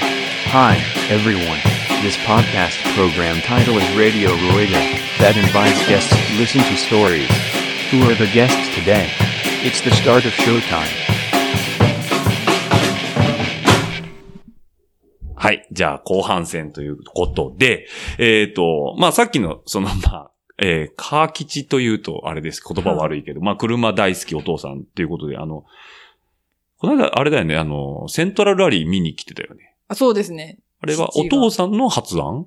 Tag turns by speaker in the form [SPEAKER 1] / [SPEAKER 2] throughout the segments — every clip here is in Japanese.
[SPEAKER 1] Hi, everyone. This podcast program title is Radio Rueda, that invites guests to listen to stories. Who are the guests today? It's the start of showtime.
[SPEAKER 2] はい。じゃあ、後半戦ということで、えっ、と、まあ、さっきの、その、 まあ、えー、カー吉というと、あれです。言葉悪いけど、まあ、車大好きお父さんということで、あの、この間、あれだよね、あの、セントラルラリー見に来てたよね。
[SPEAKER 3] あそうですね。
[SPEAKER 2] あれは、お
[SPEAKER 3] 父が
[SPEAKER 2] 父さんの発案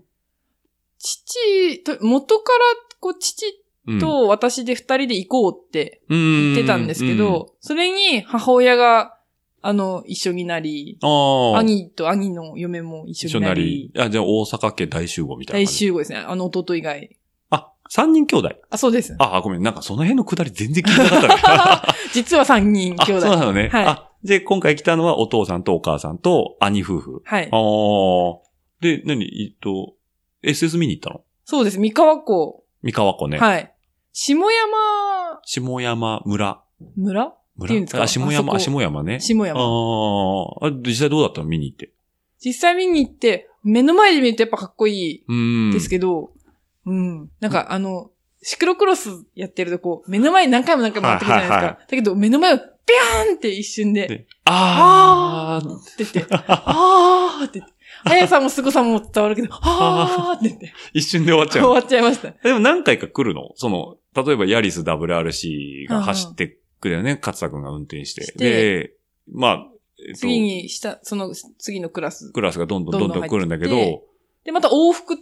[SPEAKER 3] 父と、元から、こう、父
[SPEAKER 2] うん。
[SPEAKER 3] と私で二人で行こうって
[SPEAKER 2] 言
[SPEAKER 3] 言ってたんですけど、それに母親が、あの、一緒になり、
[SPEAKER 2] ああ。
[SPEAKER 3] 兄と兄の嫁も一
[SPEAKER 2] 一緒
[SPEAKER 3] 緒
[SPEAKER 2] に
[SPEAKER 3] にな
[SPEAKER 2] な
[SPEAKER 3] り
[SPEAKER 2] り、。あ、じゃあ、大阪家大集合みたい
[SPEAKER 3] 大
[SPEAKER 2] な感じ。
[SPEAKER 3] 集合ですね。あの弟以外。
[SPEAKER 2] あ、三人兄弟。
[SPEAKER 3] あ、そうです。
[SPEAKER 2] あ、ごめん。なんか、その辺のくだり全然聞いてなか ったから。
[SPEAKER 3] 実は三人兄
[SPEAKER 2] あ、そうな
[SPEAKER 3] 弟。
[SPEAKER 2] のね。
[SPEAKER 3] はい
[SPEAKER 2] あ、で、今回来たのはお父さんとお母さんと兄夫婦。
[SPEAKER 3] はい
[SPEAKER 2] あ。あ。で、何えっと、SS 見に行ったの
[SPEAKER 3] そうです。三河湖。
[SPEAKER 2] 三河湖ね。
[SPEAKER 3] はい。下山
[SPEAKER 2] 下山村。
[SPEAKER 3] 村っ
[SPEAKER 2] 村
[SPEAKER 3] ていうんですか
[SPEAKER 2] あ、下山、
[SPEAKER 3] あ
[SPEAKER 2] あ、
[SPEAKER 3] そこ
[SPEAKER 2] 下山ね。
[SPEAKER 3] 下
[SPEAKER 2] あ
[SPEAKER 3] 山。
[SPEAKER 2] ーあ。実際どうだったの見に行って。
[SPEAKER 3] 実際見に行って、目の前で見るとやっぱかっこいい。
[SPEAKER 2] うーん。
[SPEAKER 3] ですけど、うん。なんかあの、シクロクロスやってるとこう、目の前に何回も何回もやってくるじゃないですか。
[SPEAKER 2] はいはい
[SPEAKER 3] だけど、目の前をビャーンって一瞬で、
[SPEAKER 2] であー
[SPEAKER 3] って言って、あーって言って、速さも凄さも伝 わるけど、あーって言って、
[SPEAKER 2] 一瞬で終わっち
[SPEAKER 3] 終
[SPEAKER 2] ゃう。
[SPEAKER 3] わっちゃいました。
[SPEAKER 2] でも何回か来るのその、例えばヤリス WRC が走ってくだよね。勝田くんが運転して。
[SPEAKER 3] して
[SPEAKER 2] で、まあ、えっと
[SPEAKER 3] 次にした、その次のクラス。
[SPEAKER 2] クラスがどんどんどんどん来るんだけ
[SPEAKER 3] どんどん入って
[SPEAKER 2] ど、
[SPEAKER 3] で、また往復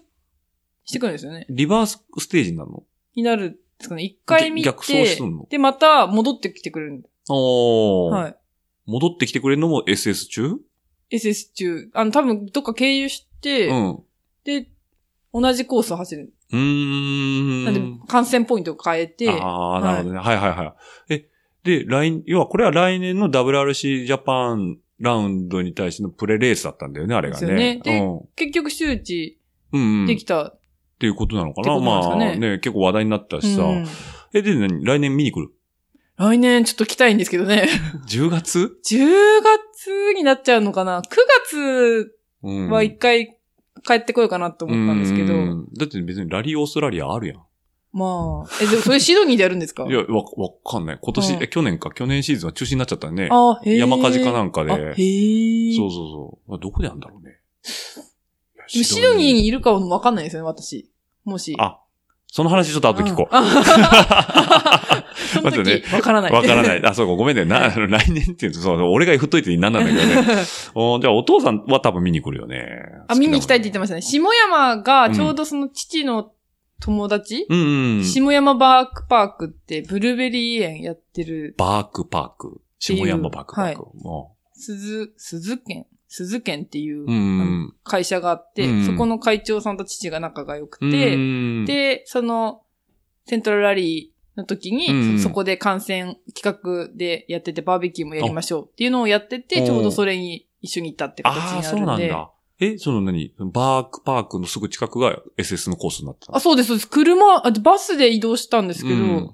[SPEAKER 3] してくるんですよね。
[SPEAKER 2] リバースステージになるの
[SPEAKER 3] になるんですかね。一回見て、
[SPEAKER 2] 逆走すんの
[SPEAKER 3] で、また戻ってきてくれる。
[SPEAKER 2] おー、
[SPEAKER 3] はい。
[SPEAKER 2] 戻ってきてくれるのも SS 中
[SPEAKER 3] SS 中。あの、多分どっか経由して、
[SPEAKER 2] うん。う
[SPEAKER 3] で、同じコースを走る。
[SPEAKER 2] ーん。
[SPEAKER 3] なんで、感染ポイントを変えて、
[SPEAKER 2] ああ、なるほどね。はいはいはい。え、で、来年、要はこれは来年の WRC ジャパンラウンドに対してのプレレースだったんだよね、あれが
[SPEAKER 3] ですよね
[SPEAKER 2] ね。
[SPEAKER 3] で結局周知
[SPEAKER 2] うん。うん、うん。
[SPEAKER 3] で
[SPEAKER 2] っ
[SPEAKER 3] きた。
[SPEAKER 2] ていうことなのか
[SPEAKER 3] っ
[SPEAKER 2] な
[SPEAKER 3] てことなんですかね
[SPEAKER 2] まあね、結構話題になったしさ。
[SPEAKER 3] うん
[SPEAKER 2] え、で、何来年見に来る
[SPEAKER 3] 来年ちょっと来たいんですけどね。
[SPEAKER 2] ?10 月
[SPEAKER 3] 10月になっちゃうのかな ?9 月
[SPEAKER 2] うん。
[SPEAKER 3] は一回帰ってこようかなと思ったんですけど。
[SPEAKER 2] うんうんだって別にラリーオーストラリアあるやん。
[SPEAKER 3] まあ。え、でもそれシドニーでやるんですか
[SPEAKER 2] いや、わ、わかんない。今年、
[SPEAKER 3] うん
[SPEAKER 2] え、去年か、去年シーズンは中止になっちゃったね。
[SPEAKER 3] あ、へえ。
[SPEAKER 2] 山火事かなんか
[SPEAKER 3] あ、
[SPEAKER 2] で。
[SPEAKER 3] へえ。
[SPEAKER 2] そうそうそう。あどこでやんだろうね。
[SPEAKER 3] でもシドニーにいるかはわかんないですよね、私。もし。
[SPEAKER 2] あ、その話ちょっと後聞こう。
[SPEAKER 3] あその
[SPEAKER 2] 待って
[SPEAKER 3] 時
[SPEAKER 2] ね、
[SPEAKER 3] わからない。。
[SPEAKER 2] わからないい。あ、そうか、ごめんね。な、あの来年っていうと、そう、俺が振っといてなんなんだけど ね。おじゃあ、お父さんは多分見に来るよね。
[SPEAKER 3] あ、見に行きたいって言って
[SPEAKER 2] ま
[SPEAKER 3] ましたね。下山が、ちょうどその父の友
[SPEAKER 2] す。
[SPEAKER 3] 達、
[SPEAKER 2] うんうん。
[SPEAKER 3] 下山バークパークって、ブルーベリー園やってる、
[SPEAKER 2] バークパーク。下山バークパーク。も
[SPEAKER 3] 鈴、鈴県鈴県っていう
[SPEAKER 2] ううんうん。
[SPEAKER 3] 会社があって、
[SPEAKER 2] うん
[SPEAKER 3] そこの会長さんと父が仲が良く
[SPEAKER 2] う
[SPEAKER 3] て、
[SPEAKER 2] ん、
[SPEAKER 3] で、その、セントラルラリーの時に、
[SPEAKER 2] うん
[SPEAKER 3] そこで観戦企画でやってて、バーベキューもやりましょうっていうのをやってて、
[SPEAKER 2] お
[SPEAKER 3] ちょうどそれに一緒に行ったって形
[SPEAKER 2] ああ、
[SPEAKER 3] にな
[SPEAKER 2] そうん
[SPEAKER 3] るで。
[SPEAKER 2] なんだ。え、その何バークパークのすぐ近くが SS のコースになってたの
[SPEAKER 3] あ、そうです、そうです。車、あバスで移動したんですけど、
[SPEAKER 2] うん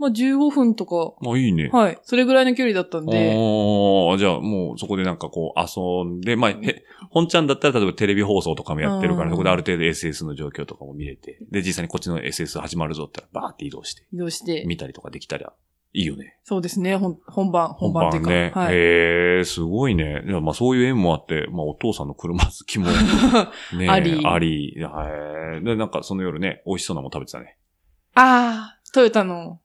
[SPEAKER 3] まあ15分とか、
[SPEAKER 2] まあいいね。
[SPEAKER 3] はい、それぐらいの距離だったんで、
[SPEAKER 2] おーじゃあもうそこでなんかこう遊んで、まあ、へ、本ちゃんだったら例えばテレビ放送とかもやってるか
[SPEAKER 3] うん
[SPEAKER 2] ら、そこである程度 SS の状況とかも見れて、で、実際にこっちの SS 始まるぞって言ったらバーって移動して、
[SPEAKER 3] 移動して、
[SPEAKER 2] 見たりとかできたら、いいよね。
[SPEAKER 3] そうですね、本本番、本番っていうか。
[SPEAKER 2] ね。
[SPEAKER 3] はい。
[SPEAKER 2] へえ、すごいね。いやまあそういう縁もあって、まあお父さんの車好きも、ね、
[SPEAKER 3] あり
[SPEAKER 2] あり。はい。で、なんかその夜ね、美味しそうなもん食べてたね。
[SPEAKER 3] あー、トヨタの。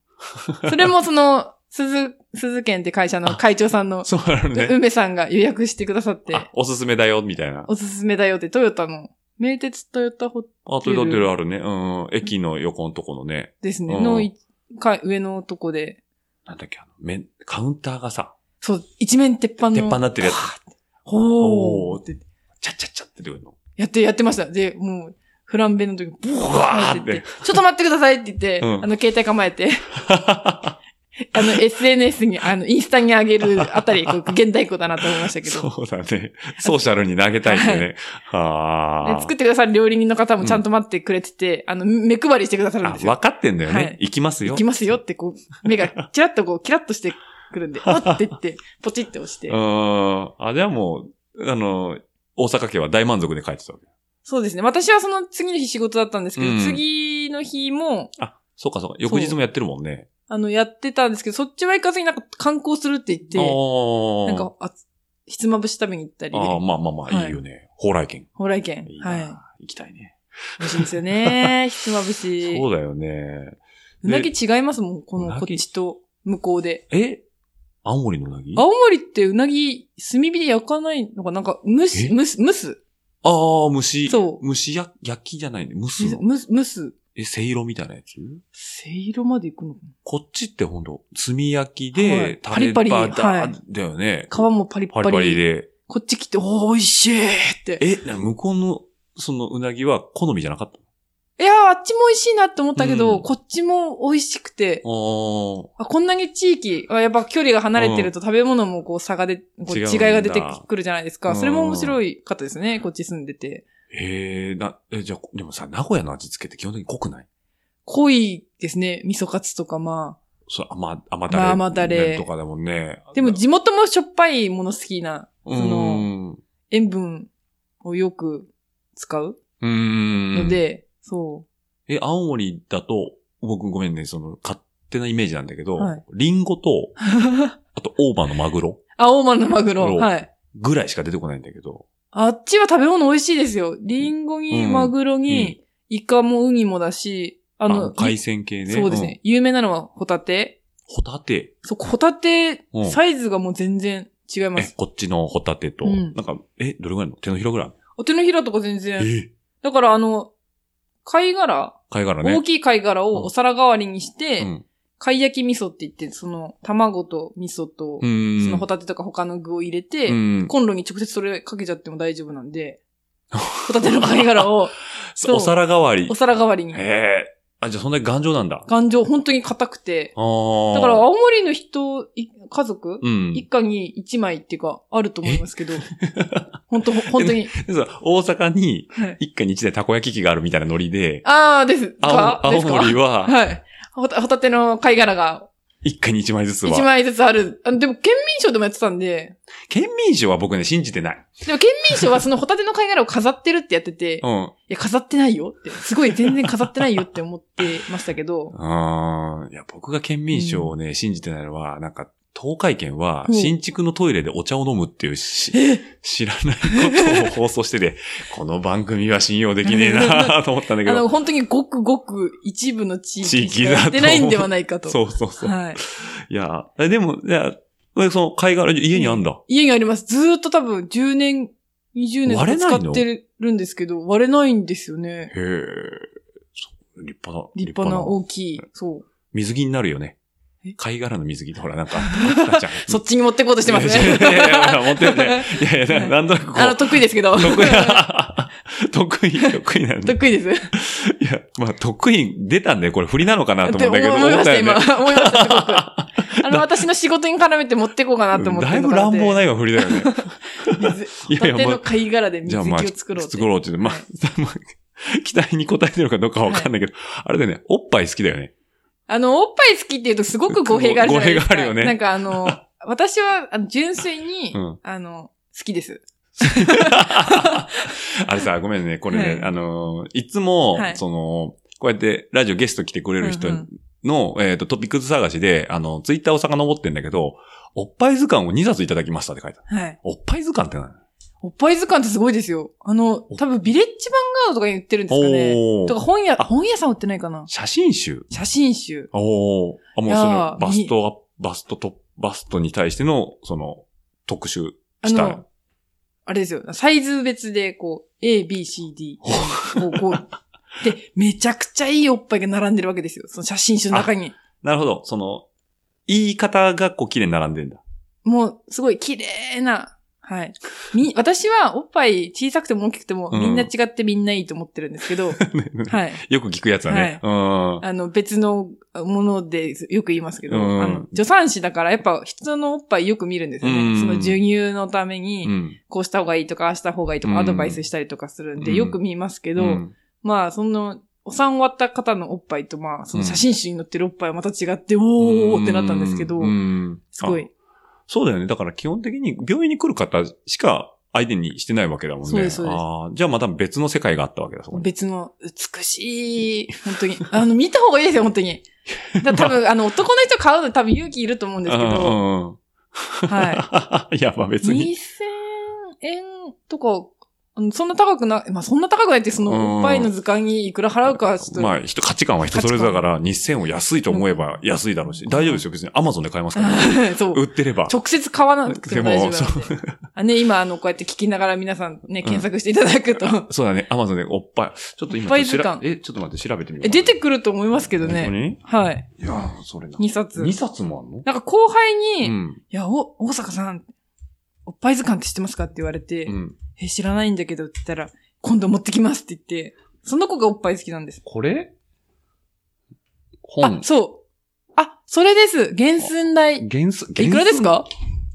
[SPEAKER 3] それもその、 鈴、鈴健って会社の会長さんの、
[SPEAKER 2] そうなるね。
[SPEAKER 3] 梅さんが予約してくださって、
[SPEAKER 2] あ、おすすめだよ、みたいな。
[SPEAKER 3] おすすめだよって、トヨタの、名鉄トヨタホ
[SPEAKER 2] あ、というホテルあるね。うんうん。駅の横のとこのね、
[SPEAKER 3] ですね、
[SPEAKER 2] うん
[SPEAKER 3] のいか上のとこで、
[SPEAKER 2] なんだっけ、あの、面、カウンターがさ、
[SPEAKER 3] そう、一面鉄板の。
[SPEAKER 2] 鉄板になってるやつ
[SPEAKER 3] パーって。ほ
[SPEAKER 2] お
[SPEAKER 3] ー
[SPEAKER 2] ー
[SPEAKER 3] って。
[SPEAKER 2] ちゃっちゃっちゃって出てくるの。
[SPEAKER 3] やって、やってました。で、もう、フランベの時、ブワーって言っ
[SPEAKER 2] ブ
[SPEAKER 3] て、ちょっと待ってくださいって言って、
[SPEAKER 2] うん
[SPEAKER 3] あの、携帯構えて、 あの、SNS に、あの、インスタに上げるあたり、こう現代っ子だなと思いましたけど。
[SPEAKER 2] そうだね。ソーシャルに投げたいんだよね。は
[SPEAKER 3] で
[SPEAKER 2] あ。
[SPEAKER 3] 作ってくださる料理人の方もちゃんと待ってくれてて、あの、目配りしてくださるん
[SPEAKER 2] あ
[SPEAKER 3] です、よ。
[SPEAKER 2] 分かってんだよ
[SPEAKER 3] はい
[SPEAKER 2] ね。行きますよ。
[SPEAKER 3] 行きますよって、こう、目がチラッとこう、キラッ としてくるんで、おって言って、ポチって押して
[SPEAKER 2] う。ん。あ、じゃあもう、あの、大阪家は大満足で帰ってたわけ。
[SPEAKER 3] そうですね。私はその次の日仕事だったんですけど、
[SPEAKER 2] うん
[SPEAKER 3] 次の日も、
[SPEAKER 2] あ、そうかそうか。翌日もやってるもんね。
[SPEAKER 3] あの、やってたんですけど、そっちは行かずになんか観光するって言って、
[SPEAKER 2] ああ。
[SPEAKER 3] なんか、あひつまぶし食べに行ったり、
[SPEAKER 2] ああ、まあまあま
[SPEAKER 3] は
[SPEAKER 2] あ、
[SPEAKER 3] い
[SPEAKER 2] いいよね。蓬莱県。
[SPEAKER 3] 蓬莱県
[SPEAKER 2] い。いな
[SPEAKER 3] はい。
[SPEAKER 2] 行きたいね。
[SPEAKER 3] 美味しいですよ ね。ひつまぶし。
[SPEAKER 2] そうだよね。
[SPEAKER 3] うなぎ違いますもん、こ
[SPEAKER 2] う
[SPEAKER 3] の
[SPEAKER 2] なぎ
[SPEAKER 3] こっちと向こうで。
[SPEAKER 2] え青森のうなぎあ
[SPEAKER 3] 青森ってうなぎ炭火で焼かないのかなんか、蒸す、
[SPEAKER 2] え
[SPEAKER 3] 蒸す、蒸す、
[SPEAKER 2] あー、虫。
[SPEAKER 3] そう
[SPEAKER 2] 虫や、焼きじゃないね。蒸すの。
[SPEAKER 3] 蒸す、蒸す。
[SPEAKER 2] え、せいろみたいなやつ
[SPEAKER 3] せいろまで行くのか
[SPEAKER 2] こっちってほんと、炭焼き
[SPEAKER 3] はい
[SPEAKER 2] で、
[SPEAKER 3] パリパリ
[SPEAKER 2] タレバタ
[SPEAKER 3] はい
[SPEAKER 2] だよね。
[SPEAKER 3] な皮もパリッ
[SPEAKER 2] パ
[SPEAKER 3] パリ。
[SPEAKER 2] リパリで。
[SPEAKER 3] こっち来て、おー、美味しいって。
[SPEAKER 2] え、な向こうの、そのうなぎは好みじゃなかった
[SPEAKER 3] いやー、あっちも美味しいなって思ったけど、
[SPEAKER 2] うん
[SPEAKER 3] こっちも美味しくて。
[SPEAKER 2] あ
[SPEAKER 3] あこんなに地域、あやっぱ距離が離れてると食べ物もこう差がで、こう
[SPEAKER 2] 違うん
[SPEAKER 3] 違い
[SPEAKER 2] だ
[SPEAKER 3] が出てくるじゃないですか。それも面白い方ですね、こっち住んでて。
[SPEAKER 2] へえ、な、え、じゃあ、でもさ、名古屋の味付けって基本的に濃くない
[SPEAKER 3] 濃いですね、味噌カツとかま
[SPEAKER 2] そう、甘、甘だれ。
[SPEAKER 3] まあ甘だれ
[SPEAKER 2] とかだもんね
[SPEAKER 3] あ。。でも地元もしょっぱいもの好きな、
[SPEAKER 2] う
[SPEAKER 3] その、
[SPEAKER 2] ーん。
[SPEAKER 3] 塩分をよく使う
[SPEAKER 2] うー
[SPEAKER 3] の
[SPEAKER 2] ん。、
[SPEAKER 3] で、そ
[SPEAKER 2] え、青森だと、僕ごめんね、その、勝手なイメージなんだけど、
[SPEAKER 3] はい
[SPEAKER 2] リンゴ と、
[SPEAKER 3] う。
[SPEAKER 2] あと、大葉のマグロ
[SPEAKER 3] あ、大間のマグロ。
[SPEAKER 2] ロ
[SPEAKER 3] はい。
[SPEAKER 2] ぐらいしか出てこないんだけど。
[SPEAKER 3] あっちは食べ物美味しいですよ。リンゴに、
[SPEAKER 2] うん
[SPEAKER 3] マグロに、イカもウニもだし、あ
[SPEAKER 2] あ
[SPEAKER 3] の、
[SPEAKER 2] 海鮮系ね。
[SPEAKER 3] そうです
[SPEAKER 2] ん
[SPEAKER 3] ね。有名なのはホタテ。
[SPEAKER 2] ホタテ。
[SPEAKER 3] そう、ホタテ
[SPEAKER 2] う、ん
[SPEAKER 3] サイズがもう全然違いま
[SPEAKER 2] え
[SPEAKER 3] す、。
[SPEAKER 2] こっちのホタテと、
[SPEAKER 3] うん
[SPEAKER 2] なんか、え、どれぐらいの手のひらぐらい
[SPEAKER 3] お手のひらとか全然。
[SPEAKER 2] え
[SPEAKER 3] だからあの、貝殻、
[SPEAKER 2] 貝殻ね。
[SPEAKER 3] 大きい貝殻
[SPEAKER 2] うん
[SPEAKER 3] をお皿代わりにして、
[SPEAKER 2] うん。
[SPEAKER 3] 貝焼き味噌って言って、その、卵と味噌と、
[SPEAKER 2] うーん。
[SPEAKER 3] そのホタテとか他の具を入れて、
[SPEAKER 2] うん。
[SPEAKER 3] コンロに直接それかけちゃっても大丈夫なんで、ホタテの貝 殻をそう
[SPEAKER 2] お皿代わり
[SPEAKER 3] お。皿代わりに
[SPEAKER 2] へ。え。あ、じゃあそんなに頑丈なんだ。
[SPEAKER 3] 頑丈、本当に硬くて。
[SPEAKER 2] ああ。
[SPEAKER 3] だから、青森の人、い家族、
[SPEAKER 2] うん。
[SPEAKER 3] 一家に一枚っていうか、あると思います けど。本当本当に。
[SPEAKER 2] でさ、大阪に
[SPEAKER 3] はい、
[SPEAKER 2] 一家に一台たこ焼き器があるみたいなノリで、
[SPEAKER 3] ああ、です。か
[SPEAKER 2] 青
[SPEAKER 3] で
[SPEAKER 2] 青
[SPEAKER 3] すか
[SPEAKER 2] 森は、
[SPEAKER 3] はい。ホタホタテの貝殻が
[SPEAKER 2] 一家に一枚ずつ
[SPEAKER 3] 一
[SPEAKER 2] は。
[SPEAKER 3] 枚ずつある。あのでも、県民賞でもやってたんで、
[SPEAKER 2] 県民賞は僕ね、信じてない。
[SPEAKER 3] でも県民賞はそのホタテの貝殻を飾ってるってやってて、
[SPEAKER 2] う
[SPEAKER 3] い
[SPEAKER 2] ん。
[SPEAKER 3] や、飾ってないよって、すごい全然飾ってないよって思ってましたけ ど、
[SPEAKER 2] あーいや、僕が県民賞をね、信じてないのは、なんか、東海県は、
[SPEAKER 3] うん
[SPEAKER 2] 新築のトイレでお茶を飲むっていうし、知らないことを放送して て、この番組は信用できねえなーと思ったんだけ
[SPEAKER 3] あの、
[SPEAKER 2] ど、
[SPEAKER 3] 本当にごくごく一部の地
[SPEAKER 2] 地
[SPEAKER 3] 域し
[SPEAKER 2] 域
[SPEAKER 3] か
[SPEAKER 2] だと
[SPEAKER 3] やってないんではないかと。
[SPEAKER 2] そうそうそう。
[SPEAKER 3] はい。
[SPEAKER 2] いや、えでも、いや、えその貝殻、家にあんだ。
[SPEAKER 3] 家にあります。ずーっと多分10年、20年と
[SPEAKER 2] 割
[SPEAKER 3] か
[SPEAKER 2] れない
[SPEAKER 3] 使
[SPEAKER 2] の
[SPEAKER 3] ってるんですけど、割れないんですよ
[SPEAKER 2] へ
[SPEAKER 3] ね。
[SPEAKER 2] え、そう立派な。
[SPEAKER 3] 立派な大きい。そう。
[SPEAKER 2] 水着になるよね
[SPEAKER 3] え。
[SPEAKER 2] 貝殻の水着、ほら、なんか、あったじゃん
[SPEAKER 3] そっちに持ってこうとしてますね
[SPEAKER 2] い。やいやいや、持ってるね。いやい や、ななんとなくこ
[SPEAKER 3] あの、
[SPEAKER 2] う、
[SPEAKER 3] 得意ですけど。
[SPEAKER 2] 得意、得意、得意なんで。
[SPEAKER 3] 得意です。
[SPEAKER 2] いや、まあ、得意出たんで、これ振りなのかなと
[SPEAKER 3] って
[SPEAKER 2] 思うん
[SPEAKER 3] 思
[SPEAKER 2] だけど、
[SPEAKER 3] いました、今。
[SPEAKER 2] 思っ
[SPEAKER 3] 思いました、すごく。 あの、私の仕事に絡めて持ってこうかな
[SPEAKER 2] よ
[SPEAKER 3] と
[SPEAKER 2] ね
[SPEAKER 3] 思って
[SPEAKER 2] だいぶ乱暴
[SPEAKER 3] な。
[SPEAKER 2] な今振りだ よね。
[SPEAKER 3] 水
[SPEAKER 2] いやいや
[SPEAKER 3] ホタテ
[SPEAKER 2] ま
[SPEAKER 3] の
[SPEAKER 2] あ
[SPEAKER 3] 貝殻で
[SPEAKER 2] じ
[SPEAKER 3] 水
[SPEAKER 2] ゃあ
[SPEAKER 3] 着
[SPEAKER 2] まあ、
[SPEAKER 3] を作ろうって。
[SPEAKER 2] 作ろうって言って、まあ
[SPEAKER 3] は、
[SPEAKER 2] まあ期待に応えてるのかどうかわかんないけど、あれだよね、おっぱい好きだよ ね。
[SPEAKER 3] あの、おっぱい好きって言うとすごく語弊があるじゃないですか。
[SPEAKER 2] 語弊があるよね
[SPEAKER 3] なんか あの、私は、あの純粋に、
[SPEAKER 2] うん
[SPEAKER 3] あの、好きです。
[SPEAKER 2] あれさ、ごめんね、これね、
[SPEAKER 3] はい
[SPEAKER 2] あのー、いつも、
[SPEAKER 3] はい
[SPEAKER 2] その、こうやってラジオゲスト来てくれる人
[SPEAKER 3] うん
[SPEAKER 2] の、えっ、と、トピックス探しで、あの、ツイッターを遡ってんだけど、おっぱい図鑑を2冊いただきましたって書いてある。
[SPEAKER 3] はい。
[SPEAKER 2] おっぱい図鑑って何
[SPEAKER 3] おっぱい図鑑ってすごいですよ。あの、多分ビレッジヴァンガードとかに売ってるんですかね。
[SPEAKER 2] お
[SPEAKER 3] とか
[SPEAKER 2] ー。
[SPEAKER 3] 本屋、
[SPEAKER 2] あ
[SPEAKER 3] 本屋さん売ってないかな。
[SPEAKER 2] 写真集
[SPEAKER 3] 写真集。
[SPEAKER 2] おお。あ、もうい
[SPEAKER 3] やー
[SPEAKER 2] その、バストアップ、バストと、バストに対しての、その、特集
[SPEAKER 3] あ
[SPEAKER 2] した。
[SPEAKER 3] の、あれですよ。サイズ別で、こう、A, B, C, D。こう、こう。で、めちゃくちゃいいおっぱいが並んでるわけですよ。その写真集の中に。
[SPEAKER 2] なるほど。その、言い方がこう綺麗に並んでんだ。
[SPEAKER 3] もう、すごい綺麗な。はい。み、私は、おっぱい小さくても大きくても、
[SPEAKER 2] うん
[SPEAKER 3] みんな違ってみんないいと思ってるんですけど、 はい。
[SPEAKER 2] よく聞くやつだね。
[SPEAKER 3] あの、別のものでよく言いますけど、
[SPEAKER 2] うん
[SPEAKER 3] あの助産師だからやっぱ人のおっぱいよく見るんですよね。
[SPEAKER 2] うん
[SPEAKER 3] その授乳のため
[SPEAKER 2] うん。う
[SPEAKER 3] に、
[SPEAKER 2] ん。
[SPEAKER 3] こうした方がいいとか、ああした方がいいと
[SPEAKER 2] う
[SPEAKER 3] か、
[SPEAKER 2] ん
[SPEAKER 3] アドバイスしたりとかするんで、
[SPEAKER 2] うん
[SPEAKER 3] よく見ますけ
[SPEAKER 2] け
[SPEAKER 3] ど、まあ、その、お産終わった方のおっぱいと、まあ、その写真集に載ってるおっぱいはまた違って、おーってなったんですけど、
[SPEAKER 2] うん
[SPEAKER 3] すごい。
[SPEAKER 2] そうだよね。だから基本的に病院に来る方しか相手にしてないわけだもんね。
[SPEAKER 3] そうですそうです
[SPEAKER 2] あーじゃあまた別の世界があったわけだ、そこに。
[SPEAKER 3] 別の美しい、本当に。あの、見た方がいいですよ、本当 に。だ多分、あの、男の人買うの多分勇気いると思うんですけ
[SPEAKER 2] うん
[SPEAKER 3] ど、
[SPEAKER 2] うん
[SPEAKER 3] は
[SPEAKER 2] うん。いや、まあ
[SPEAKER 3] い。
[SPEAKER 2] 別に。
[SPEAKER 3] 2000円とか、うんそんな高くない、まあ、そんな高くないって、そ
[SPEAKER 2] うん
[SPEAKER 3] の、おっぱいの図鑑にいくら払うか、ちょっと。
[SPEAKER 2] まあ、人、価値観は人それぞれだから、2000を安いと思えば安いだろうし、大丈夫ですよ。別に Amazon で買えますから、
[SPEAKER 3] そう。
[SPEAKER 2] 売ってれば。
[SPEAKER 3] 直接買わなくても大丈夫なん
[SPEAKER 2] で
[SPEAKER 3] で。あね、今、あの、こうやって聞きながら皆さんね、検索していただ くと、
[SPEAKER 2] そうだね。Amazon でおっぱい。ちょっと今
[SPEAKER 3] おっぱい
[SPEAKER 2] ちょっと調
[SPEAKER 3] 図鑑
[SPEAKER 2] べえ、ちょっと待って、調べてみよう
[SPEAKER 3] え
[SPEAKER 2] かな。
[SPEAKER 3] 出てくると思いますけど
[SPEAKER 2] 本
[SPEAKER 3] ね。
[SPEAKER 2] 当に
[SPEAKER 3] はい。
[SPEAKER 2] いやーそれな。
[SPEAKER 3] 2冊。
[SPEAKER 2] 2冊もあんの
[SPEAKER 3] なんか後輩に、い
[SPEAKER 2] ん。
[SPEAKER 3] や、お、大阪さん、おっぱい図鑑って知ってますかって言われて、
[SPEAKER 2] うん。
[SPEAKER 3] え、知らないんだけどって言ったら、今度持ってきますって言って、その子がおっぱい好きなんです。
[SPEAKER 2] これ
[SPEAKER 3] あ
[SPEAKER 2] 本、。
[SPEAKER 3] そう。あ、それです。原寸大。
[SPEAKER 2] 原寸、
[SPEAKER 3] いくらですか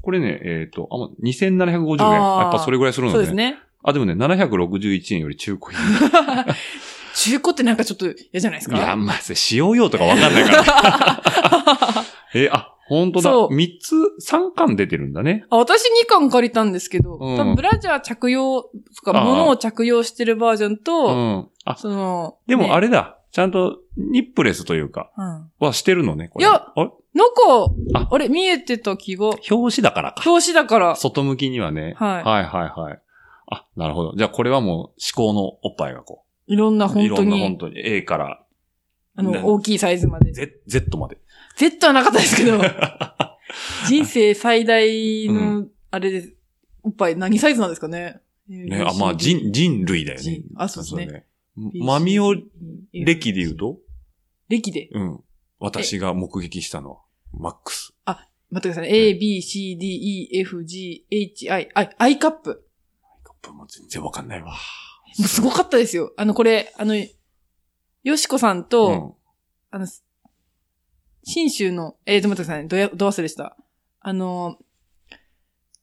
[SPEAKER 2] これね、えっ、と、あ、ま2750円。
[SPEAKER 3] あー
[SPEAKER 2] やっぱそれぐらいするのね。
[SPEAKER 3] そうですね。
[SPEAKER 2] あ、でもね、761円より中古品。
[SPEAKER 3] 中古ってなんかちょっと嫌じゃないです
[SPEAKER 2] いや、
[SPEAKER 3] か
[SPEAKER 2] まあ、それ使用用とかわかんないから。 えーあ、本当だ。
[SPEAKER 3] そう
[SPEAKER 2] 3つ、3巻出てるんだね。
[SPEAKER 3] あ私2巻借りたんですけど、
[SPEAKER 2] うん
[SPEAKER 3] 多分ブラジャー着用、とか、
[SPEAKER 2] あー
[SPEAKER 3] 物を着用してるバージョン
[SPEAKER 2] う
[SPEAKER 3] と、
[SPEAKER 2] ん。あ、
[SPEAKER 3] その、
[SPEAKER 2] でも
[SPEAKER 3] ね
[SPEAKER 2] あれだ。ちゃんとニップレスというか、
[SPEAKER 3] うん。
[SPEAKER 2] はしてるのね、これ。
[SPEAKER 3] いや
[SPEAKER 2] あれ
[SPEAKER 3] なんか、
[SPEAKER 2] あ
[SPEAKER 3] あれ、見えてた気が、
[SPEAKER 2] 表紙だからか。
[SPEAKER 3] 表紙だから、
[SPEAKER 2] 外向きにはね。
[SPEAKER 3] はい
[SPEAKER 2] はいはいはい。あ、なるほど。じゃあこれはもう思考のおっぱいがこ
[SPEAKER 3] いろんな
[SPEAKER 2] う。い
[SPEAKER 3] 本
[SPEAKER 2] ろ
[SPEAKER 3] 当
[SPEAKER 2] んな本
[SPEAKER 3] に、
[SPEAKER 2] 当に A から
[SPEAKER 3] あ
[SPEAKER 2] ね
[SPEAKER 3] の、大きいサイズまで。
[SPEAKER 2] Z, Z まで。
[SPEAKER 3] Z はなかったですけ ど、人生最大の、あれです。おっぱい何サイズなんですかね
[SPEAKER 2] ね、あ、まあ、人、人類だよね
[SPEAKER 3] 人。あそうですね
[SPEAKER 2] ね。マミオ歴で言う
[SPEAKER 3] と。
[SPEAKER 2] と、
[SPEAKER 3] 歴で。
[SPEAKER 2] うん。私が目撃したのは、マックス。
[SPEAKER 3] 待ってくださいね。A, B, C, D, E, F, G, H, I, I, I カップ。
[SPEAKER 2] カップも全然わかんないわ。
[SPEAKER 3] もうすごかったですよ。あの、これ、あの、よしこさんと、
[SPEAKER 2] うん。
[SPEAKER 3] あの、新州の、えー、と、待ってくださいね。どや、ど忘れした。あの、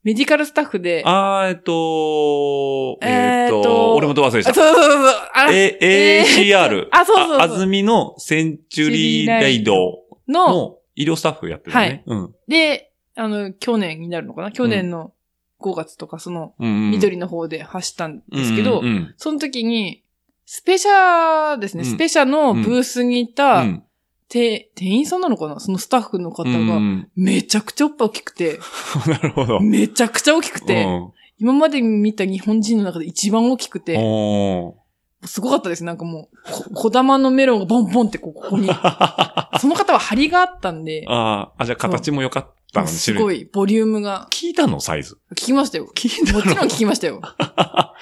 [SPEAKER 3] メディカルスタッフで、
[SPEAKER 2] あー、えっと、え
[SPEAKER 3] え
[SPEAKER 2] っ
[SPEAKER 3] ー
[SPEAKER 2] と、
[SPEAKER 3] っと
[SPEAKER 2] 俺もど忘れ
[SPEAKER 3] あ、そ
[SPEAKER 2] し
[SPEAKER 3] うそうそうそう。あ
[SPEAKER 2] た。え、
[SPEAKER 3] えー
[SPEAKER 2] ACR。
[SPEAKER 3] あそうそうそう
[SPEAKER 2] あずみのセンチュリーレイド
[SPEAKER 3] の、
[SPEAKER 2] の医療スタッフやってるよね。うん。
[SPEAKER 3] で、あの、去年になるのかな去年の5月とか、その、
[SPEAKER 2] うんうん。
[SPEAKER 3] 緑の方で走ったんですけど、
[SPEAKER 2] うんうん
[SPEAKER 3] その時に、スペシャですね、
[SPEAKER 2] うん
[SPEAKER 3] スペシャのブースにいた、
[SPEAKER 2] うん
[SPEAKER 3] て店員さんなのかなそのスタッフの方
[SPEAKER 2] うんうんう
[SPEAKER 3] が、
[SPEAKER 2] ん
[SPEAKER 3] めちゃくちゃおっぱい大きく て、
[SPEAKER 2] なる ほど。
[SPEAKER 3] めちゃくちゃ大きく
[SPEAKER 2] う
[SPEAKER 3] て、
[SPEAKER 2] ん
[SPEAKER 3] 今まで見た日本人の中で一番大きくて、
[SPEAKER 2] おー
[SPEAKER 3] すごかったです。なんかもう、こ小玉のメロンがボンボンってこうこ こに。その方は張りがあったんで、
[SPEAKER 2] あーあ、じゃあ形も良かったのね
[SPEAKER 3] す
[SPEAKER 2] 種類
[SPEAKER 3] ごいボリュームが。
[SPEAKER 2] 聞いたのサイズ。
[SPEAKER 3] 聞きましたよ。
[SPEAKER 2] 聞いたの
[SPEAKER 3] もちろん聞きまし たよ。あ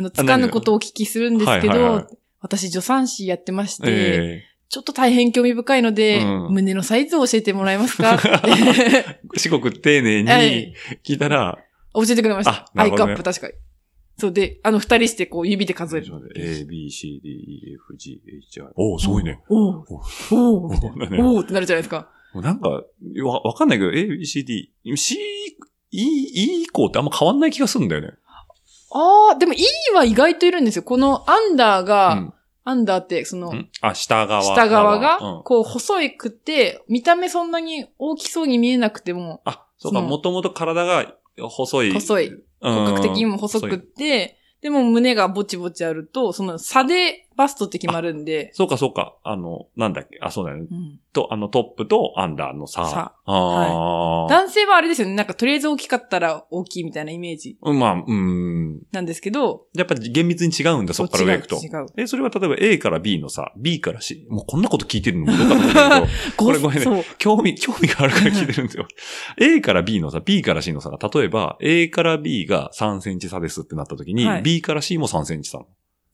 [SPEAKER 3] の、つかぬことをお聞きするんですけ
[SPEAKER 2] はいはいはい
[SPEAKER 3] ど、私、助産師やってまして、
[SPEAKER 2] え
[SPEAKER 3] ちょっと大変興味深いの
[SPEAKER 2] う
[SPEAKER 3] で、
[SPEAKER 2] ん
[SPEAKER 3] 胸のサイズを教えてもらえます かって
[SPEAKER 2] え至極丁寧
[SPEAKER 3] はい
[SPEAKER 2] に聞いたら、
[SPEAKER 3] 教えてくれました。
[SPEAKER 2] あな
[SPEAKER 3] ア
[SPEAKER 2] る
[SPEAKER 3] イ
[SPEAKER 2] ほど
[SPEAKER 3] カ
[SPEAKER 2] ね
[SPEAKER 3] ップ、確かに。そうで、あの、二人してこう指で数える。
[SPEAKER 2] A, B, C, D, E, F, G, H, I. おお、すごいね。
[SPEAKER 3] おう
[SPEAKER 2] おう
[SPEAKER 3] おうみたい
[SPEAKER 2] おうだね
[SPEAKER 3] なおうってなるじゃないですか。
[SPEAKER 2] もうなんか、わ、わかんないけど、A, B, C, D, C, E, E 以降ってあんま変わんない気がするんだよね。
[SPEAKER 3] ああ、でも E は意外といるんですよ。このアンダーが、
[SPEAKER 2] うん
[SPEAKER 3] アンダーって、その、
[SPEAKER 2] んあ、下側。
[SPEAKER 3] 下側
[SPEAKER 2] うん
[SPEAKER 3] が、こう細いくて、見た目そんなに大きそうに見えなくても、
[SPEAKER 2] あ、そうか、
[SPEAKER 3] その
[SPEAKER 2] もともと体が細い。
[SPEAKER 3] 細い。
[SPEAKER 2] 骨
[SPEAKER 3] 骨格的にも細くっ。て、でも胸がぼちぼちあると、その差でバストって決まるんで、
[SPEAKER 2] そうか、そうか。あの、なんだっけ。あ、そうだよね。
[SPEAKER 3] うん
[SPEAKER 2] と、あの、トップとアンダーの差。
[SPEAKER 3] 差
[SPEAKER 2] ああ。
[SPEAKER 3] 男性はあれですよね、なんかとりあえず大きかったら大きいみたいなイメージ
[SPEAKER 2] うんまあ、うん。
[SPEAKER 3] なんですけど、
[SPEAKER 2] やっぱ厳密に違うんだ、そこから上行くと
[SPEAKER 3] 違。う。違う
[SPEAKER 2] え、それは例えば A から B のさ、B から C。もうこんなこと聞いてるのもどうかと思うんだけど、これごめんね
[SPEAKER 3] そう
[SPEAKER 2] 興味、興味があるから聞いてるんです よ。A から B のさ、B から C のさ、例えば A から B が3センチ差ですってなった時に、
[SPEAKER 3] はい
[SPEAKER 2] B から C も3センチ差。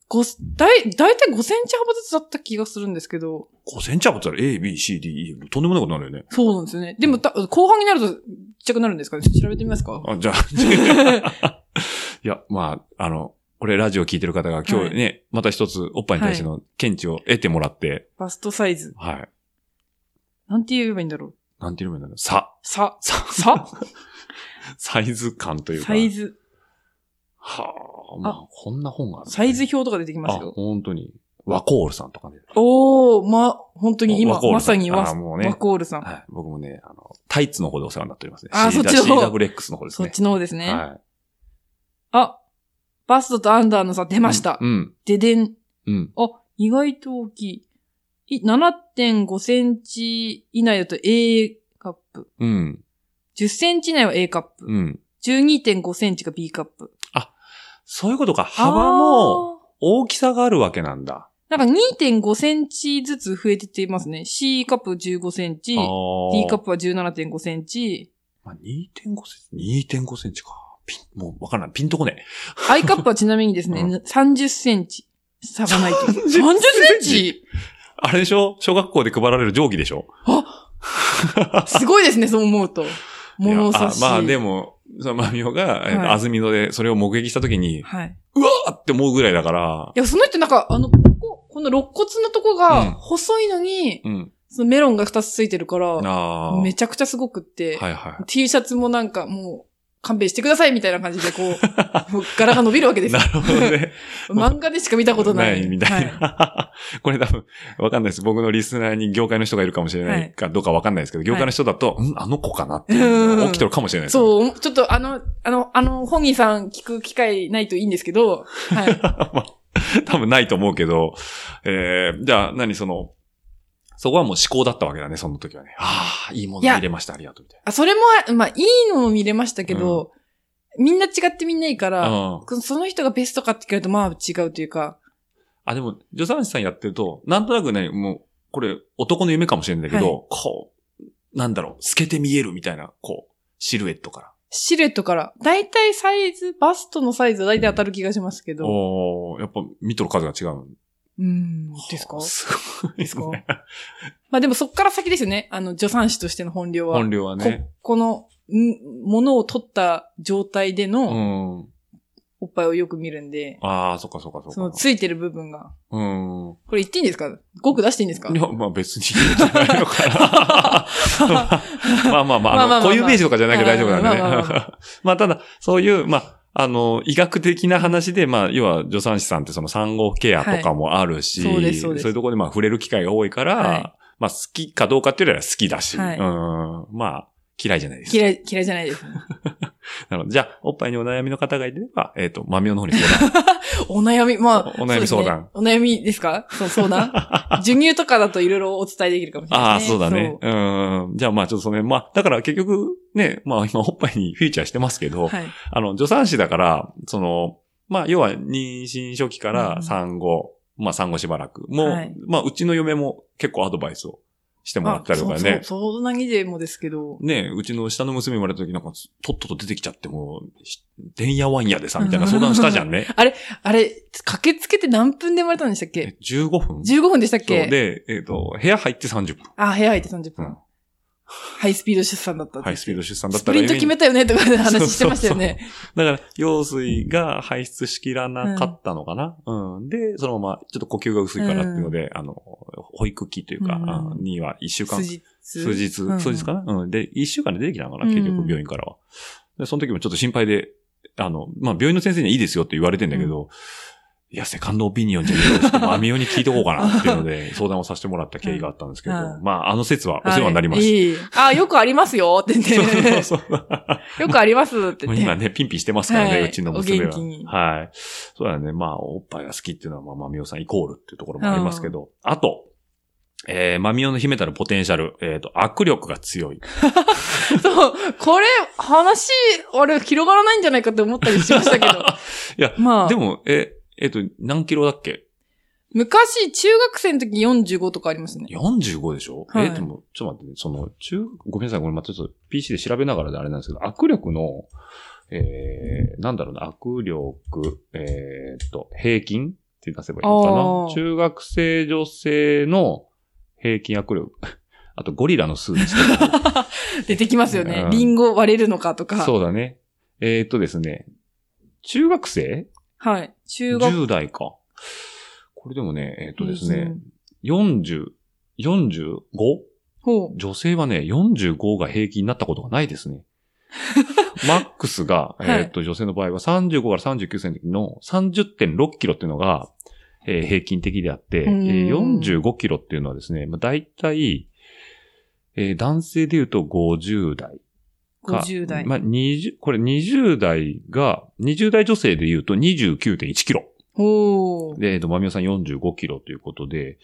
[SPEAKER 3] ごだい、だいたい5センチ幅ずつだった気がするんですけど、
[SPEAKER 2] 5センチ幅って言ったら A、B、C、D、E、とんでもないことになるよね。
[SPEAKER 3] そうなんですよね。でもた、後半になると、ちっちゃくなるんですかね調べてみますか
[SPEAKER 2] あ、じゃ あ、いや、まあ、あの、これラジオ聞いてる方が今日ね、また一つおっぱいに対しての見地を得てもらって、
[SPEAKER 3] バストサイズ。
[SPEAKER 2] はい。
[SPEAKER 3] なんて言えばいいんだろう。
[SPEAKER 2] なんていうのだろう。差。
[SPEAKER 3] さ、
[SPEAKER 2] 差
[SPEAKER 3] さ
[SPEAKER 2] サイズ感というか。
[SPEAKER 3] サイズ、
[SPEAKER 2] はあ、まあ、こんな本がある、
[SPEAKER 3] サイズ表とか出てきます
[SPEAKER 2] あ、
[SPEAKER 3] よ。
[SPEAKER 2] 本当に。ワコールさんとかね。
[SPEAKER 3] おー、ま、本当に
[SPEAKER 2] ワ
[SPEAKER 3] 今、
[SPEAKER 2] コールさん
[SPEAKER 3] まさに
[SPEAKER 2] あ
[SPEAKER 3] ワ
[SPEAKER 2] もうね
[SPEAKER 3] ワコールさん。
[SPEAKER 2] はい。僕もね、あの、タイツの方でお世話になっておりますね。
[SPEAKER 3] あ
[SPEAKER 2] C-
[SPEAKER 3] そっちの方
[SPEAKER 2] CWX の方です
[SPEAKER 3] そっ
[SPEAKER 2] ね。
[SPEAKER 3] ちの方ですね。
[SPEAKER 2] は
[SPEAKER 3] あ、バストとアンダーの差出ました。
[SPEAKER 2] うん。
[SPEAKER 3] ででん。
[SPEAKER 2] うん。
[SPEAKER 3] あ、意外と大きい。い7.5センチ以内だと A カップ。
[SPEAKER 2] うん。
[SPEAKER 3] 10センチ以内は A カップ。
[SPEAKER 2] うん。
[SPEAKER 3] 12.5センチが B カップ。
[SPEAKER 2] そういうことか。幅も
[SPEAKER 3] あー。
[SPEAKER 2] 大きさがあるわけなんだ。
[SPEAKER 3] なんか2.5センチずつ増えてってますね。C カップ15センチ、
[SPEAKER 2] あ
[SPEAKER 3] D カ
[SPEAKER 2] ー
[SPEAKER 3] ップは17.5センチ、
[SPEAKER 2] まあ2.5センチ、2.5センチか。ピン、もうわからない。ピンとこね
[SPEAKER 3] I カップはちなみにですね、
[SPEAKER 2] うん
[SPEAKER 3] 30センチ差がないという。
[SPEAKER 2] 30
[SPEAKER 3] 30
[SPEAKER 2] セン
[SPEAKER 3] セン
[SPEAKER 2] チ
[SPEAKER 3] チ
[SPEAKER 2] え。あれでしょ小学校で配られる定規でしょ
[SPEAKER 3] すごいですね、そう思うと。物差し。
[SPEAKER 2] いやあまあでも、そのまみおが、えっと
[SPEAKER 3] はい
[SPEAKER 2] 安曇野でそれを目撃したときに、
[SPEAKER 3] はい。
[SPEAKER 2] うわーって思うぐらいだから、
[SPEAKER 3] いや、その人なんか、あの、ここ、この肋骨のとこ
[SPEAKER 2] うん
[SPEAKER 3] が細いのに、
[SPEAKER 2] うん。
[SPEAKER 3] そのメロンが2つついてるから、
[SPEAKER 2] ああ。
[SPEAKER 3] めちゃくちゃすごくって、
[SPEAKER 2] はいはい。
[SPEAKER 3] T シャツもなんかもう、勘弁してくださいみたいな感じで、こう、もう柄が伸びるわけですよ
[SPEAKER 2] な。るほどね。
[SPEAKER 3] 漫画でしか見たことない。
[SPEAKER 2] みたい
[SPEAKER 3] は
[SPEAKER 2] な。 これ多分、わかんないです。僕のリスナーに業界の人がいるかもしれないかどうかわかんないですけど、業界の人だと、うん、あの子かなっていうのが起きてるかもしれ ないです。う。
[SPEAKER 3] そう、ちょっとあの、あの、あの、本人さん聞く機会ないといいんです けど、はい。
[SPEAKER 2] 多分ないと思うけど、えー、じゃあ、何その、そこはもう思考だったわけだね、その時はね。ああ、いいもの入れました、ありがとう、みたい
[SPEAKER 3] あ、それも、まあ、いいのも見れましたけど、みんな違ってみんないいか
[SPEAKER 2] な。
[SPEAKER 3] ら、
[SPEAKER 2] うん。
[SPEAKER 3] その人がベストかって聞かれると、まあ、違うというか、
[SPEAKER 2] あ、でも、助産師さんやってると、なんとなくね、もう、これ、男の夢かもしれないんだけど、こう、なんだろう、透けて見えるみたいな、こう、シルエットか
[SPEAKER 3] シルエットから、だいたいサイズ、バストのサイズはだいたい当たる気がしますけ
[SPEAKER 2] ら。
[SPEAKER 3] ど、
[SPEAKER 2] おおやっぱ、見とる数が違う
[SPEAKER 3] うん、ですか
[SPEAKER 2] はあすごいです
[SPEAKER 3] か
[SPEAKER 2] ね。
[SPEAKER 3] まあ、でもそっから先ですよね、あの、助産師としての本領は。
[SPEAKER 2] 本領はね。
[SPEAKER 3] こ、この、んものを取った状態で
[SPEAKER 2] う
[SPEAKER 3] の、
[SPEAKER 2] ん。
[SPEAKER 3] おっぱいをよく見るんで、
[SPEAKER 2] ああ、そっかそっかそっか。
[SPEAKER 3] そのついてる部分が。
[SPEAKER 2] うん。
[SPEAKER 3] これ言っていいんですか語句出していいんですか
[SPEAKER 2] いや、まあ別にいいんじゃないのか な。まあまあま
[SPEAKER 3] まあまあま
[SPEAKER 2] あ、あ
[SPEAKER 3] あ
[SPEAKER 2] の、固有名詞とかじゃなきゃ大丈夫なんでね
[SPEAKER 3] まあまあまあま。
[SPEAKER 2] まあただ、そういう、まあ、あの、医学的な話で、まあ、要は助産師さんってその産後ケアとかもあるし、
[SPEAKER 3] はいそうですそうです
[SPEAKER 2] いうところでまあ触れる機会が多いから、
[SPEAKER 3] はい
[SPEAKER 2] まあ好きかどうかっていうよりは好きだし、
[SPEAKER 3] はい
[SPEAKER 2] うん、まあ嫌いじゃないです。
[SPEAKER 3] 嫌い、嫌いじゃないです。
[SPEAKER 2] なので、じゃあ、おっぱいにお悩みの方がいれば、えっ、と、マミオの方に相談
[SPEAKER 3] お悩み、まあ。
[SPEAKER 2] おお悩み
[SPEAKER 3] そ
[SPEAKER 2] 相
[SPEAKER 3] うですね
[SPEAKER 2] 談
[SPEAKER 3] お悩みですかそう、相 談授乳とかだといろいろお伝えできるかもしれ
[SPEAKER 2] あ
[SPEAKER 3] ない
[SPEAKER 2] あ、
[SPEAKER 3] です
[SPEAKER 2] そ
[SPEAKER 3] ね。
[SPEAKER 2] うだね。うん。じゃあまあちょっとその辺、まあ、だから結局ね、まあ今おっぱいにフィーチャーしてますけど、
[SPEAKER 3] そう。はい。
[SPEAKER 2] あの、助産師だから、その、まあ要は妊娠初期か
[SPEAKER 3] う
[SPEAKER 2] ら
[SPEAKER 3] ん
[SPEAKER 2] 産後、まあ産後しばらく。もう、
[SPEAKER 3] はい
[SPEAKER 2] まあうちの嫁も結構アドバイスをしてもらったりとかね。
[SPEAKER 3] あそうそう、そんなにでもですけど。
[SPEAKER 2] ねうちの下の娘生まれた時なんか、とっとと出てきちゃってもう、しでんやわんやでさ、みたいな相 談したじゃん ね。
[SPEAKER 3] あれ、駆けつけて何分で生まれたんでしたっけ
[SPEAKER 2] え15分
[SPEAKER 3] ?15 分でしたっ
[SPEAKER 2] そ
[SPEAKER 3] け
[SPEAKER 2] うで、えっ、と、部屋入って30分。
[SPEAKER 3] あ、部屋入って30分。
[SPEAKER 2] うん
[SPEAKER 3] ハイスピード出産だったって。
[SPEAKER 2] ハイスピード出産だっ
[SPEAKER 3] ス
[SPEAKER 2] た
[SPEAKER 3] プ
[SPEAKER 2] ら
[SPEAKER 3] リント決めたよねとかで話してましたよね。
[SPEAKER 2] だから、羊水が排出しきらなかったのかな、うん、で、そのまま、ちょっと呼吸が薄いからっていうので、あの、保育器というか、
[SPEAKER 3] うん
[SPEAKER 2] あには1週間、
[SPEAKER 3] 数日。
[SPEAKER 2] 数日、数
[SPEAKER 3] うん
[SPEAKER 2] 日かな、うん、で、1週間で出てきたのかな
[SPEAKER 3] うん
[SPEAKER 2] 結局病院からは。で、その時もちょっと心配で、あの、まあ、病院の先生にはいいですよって言われてんだけど、いや、セカンドオピニオンじゃないですけど、マミオに聞いとこうかなっていうので、相談をさせてもらった経緯があったんですけど、
[SPEAKER 3] うん
[SPEAKER 2] まあ、あの説はお世話になりま
[SPEAKER 3] はい
[SPEAKER 2] し。
[SPEAKER 3] いいあ、よくありますよって言ったて。
[SPEAKER 2] そうそう そう。
[SPEAKER 3] よくありますって
[SPEAKER 2] ま
[SPEAKER 3] 言
[SPEAKER 2] あ
[SPEAKER 3] って。
[SPEAKER 2] 今ね、ピンピンしてますからね、
[SPEAKER 3] はいう
[SPEAKER 2] ちの娘
[SPEAKER 3] お元気に
[SPEAKER 2] は。はい。そうだね。まあ、おっぱいが好きっていうのは、まあ、マミオさんイコールっていうところもありますけど、あと、えー、マミオの秘めたるポテンシャル、えっ、と、握力が強い。
[SPEAKER 3] そう、これ、話、あれ、広がらないんじゃないかって思ったりしましたけど。
[SPEAKER 2] いや
[SPEAKER 3] まあ、
[SPEAKER 2] でも、え、えっ、と、何キロだっけ
[SPEAKER 3] 昔、中学生の時45とかありますね。
[SPEAKER 2] ?45 でしょ、
[SPEAKER 3] はい
[SPEAKER 2] えでも、ちょっと待ってね、その、中、ごめんなさい、これまたちょっと PC で調べながらであれなんですけど、握力の、えー、なんだろうな、握力、えーっと、平均って出せばいいのか
[SPEAKER 3] あ
[SPEAKER 2] な
[SPEAKER 3] ー
[SPEAKER 2] 中学生女性の平均握力。 あと、ゴリラの数値とか
[SPEAKER 3] 出てきますよね
[SPEAKER 2] う。ん
[SPEAKER 3] リンゴ割れるのかとか。
[SPEAKER 2] そうだね。えーっとですね、中学生
[SPEAKER 3] はい。中学
[SPEAKER 2] ?10 代か。これでもね、えーっとです
[SPEAKER 3] う
[SPEAKER 2] ね
[SPEAKER 3] ん、
[SPEAKER 2] 40、45?
[SPEAKER 3] ほう。
[SPEAKER 2] 女性はね、45が平均になったことがない ですね。マックスが、え
[SPEAKER 3] い
[SPEAKER 2] ーっと、女性の場合は35から39歳の時の30.6キロっていうのが、えー平均的であって、え
[SPEAKER 3] うん
[SPEAKER 2] ー45キロっていうのはですね、まあ、大体、えー男性で言うと50代か
[SPEAKER 3] 50代
[SPEAKER 2] まあ、20、これ20代が、20代女性で言うと29.1キロ。
[SPEAKER 3] おー。
[SPEAKER 2] で、えっと、まみおさん45キロということで、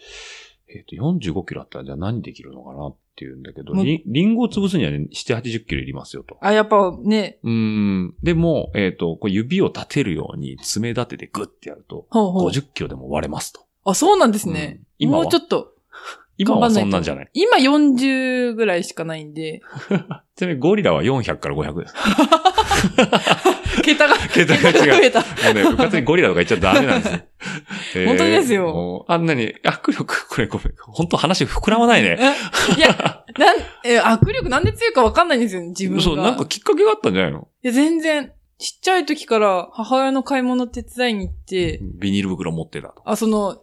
[SPEAKER 2] えっと、45キロあったらじゃあ何できるのかなっていうんだけど、
[SPEAKER 3] もう
[SPEAKER 2] りリンゴを潰すにはね、7、80キロいりますよと。
[SPEAKER 3] あ、やっぱね、
[SPEAKER 2] うーん。でも、えっ、と、こう指を立てるように爪立ててグッてやると、
[SPEAKER 3] ほうほう。
[SPEAKER 2] 50キロでも割れますと。
[SPEAKER 3] あ、そうなんですね。
[SPEAKER 2] うん今は
[SPEAKER 3] もうちょっと。
[SPEAKER 2] 今
[SPEAKER 3] 頑張
[SPEAKER 2] は
[SPEAKER 3] んないと
[SPEAKER 2] そんなんじゃない。
[SPEAKER 3] 今40ぐらいしかない んで、
[SPEAKER 2] ちなみにゴリラは400から500です。
[SPEAKER 3] 桁が、
[SPEAKER 2] 桁 が違う
[SPEAKER 3] 増 えた。
[SPEAKER 2] もうね、部活にゴリラとか言っちゃダメなんですよ。
[SPEAKER 3] 本当ですよ
[SPEAKER 2] もうあんなに、握力、これごめん。本当話膨らまないね。
[SPEAKER 3] えいや、なん、え、握力なんで強いかわかんないんですよね、自分が。
[SPEAKER 2] そう、なんかきっかけがあったんじゃないの
[SPEAKER 3] いや、全然、ちっちゃい時から母親の買い物手伝いに行って、
[SPEAKER 2] ビニール袋持ってたと。
[SPEAKER 3] あ、その、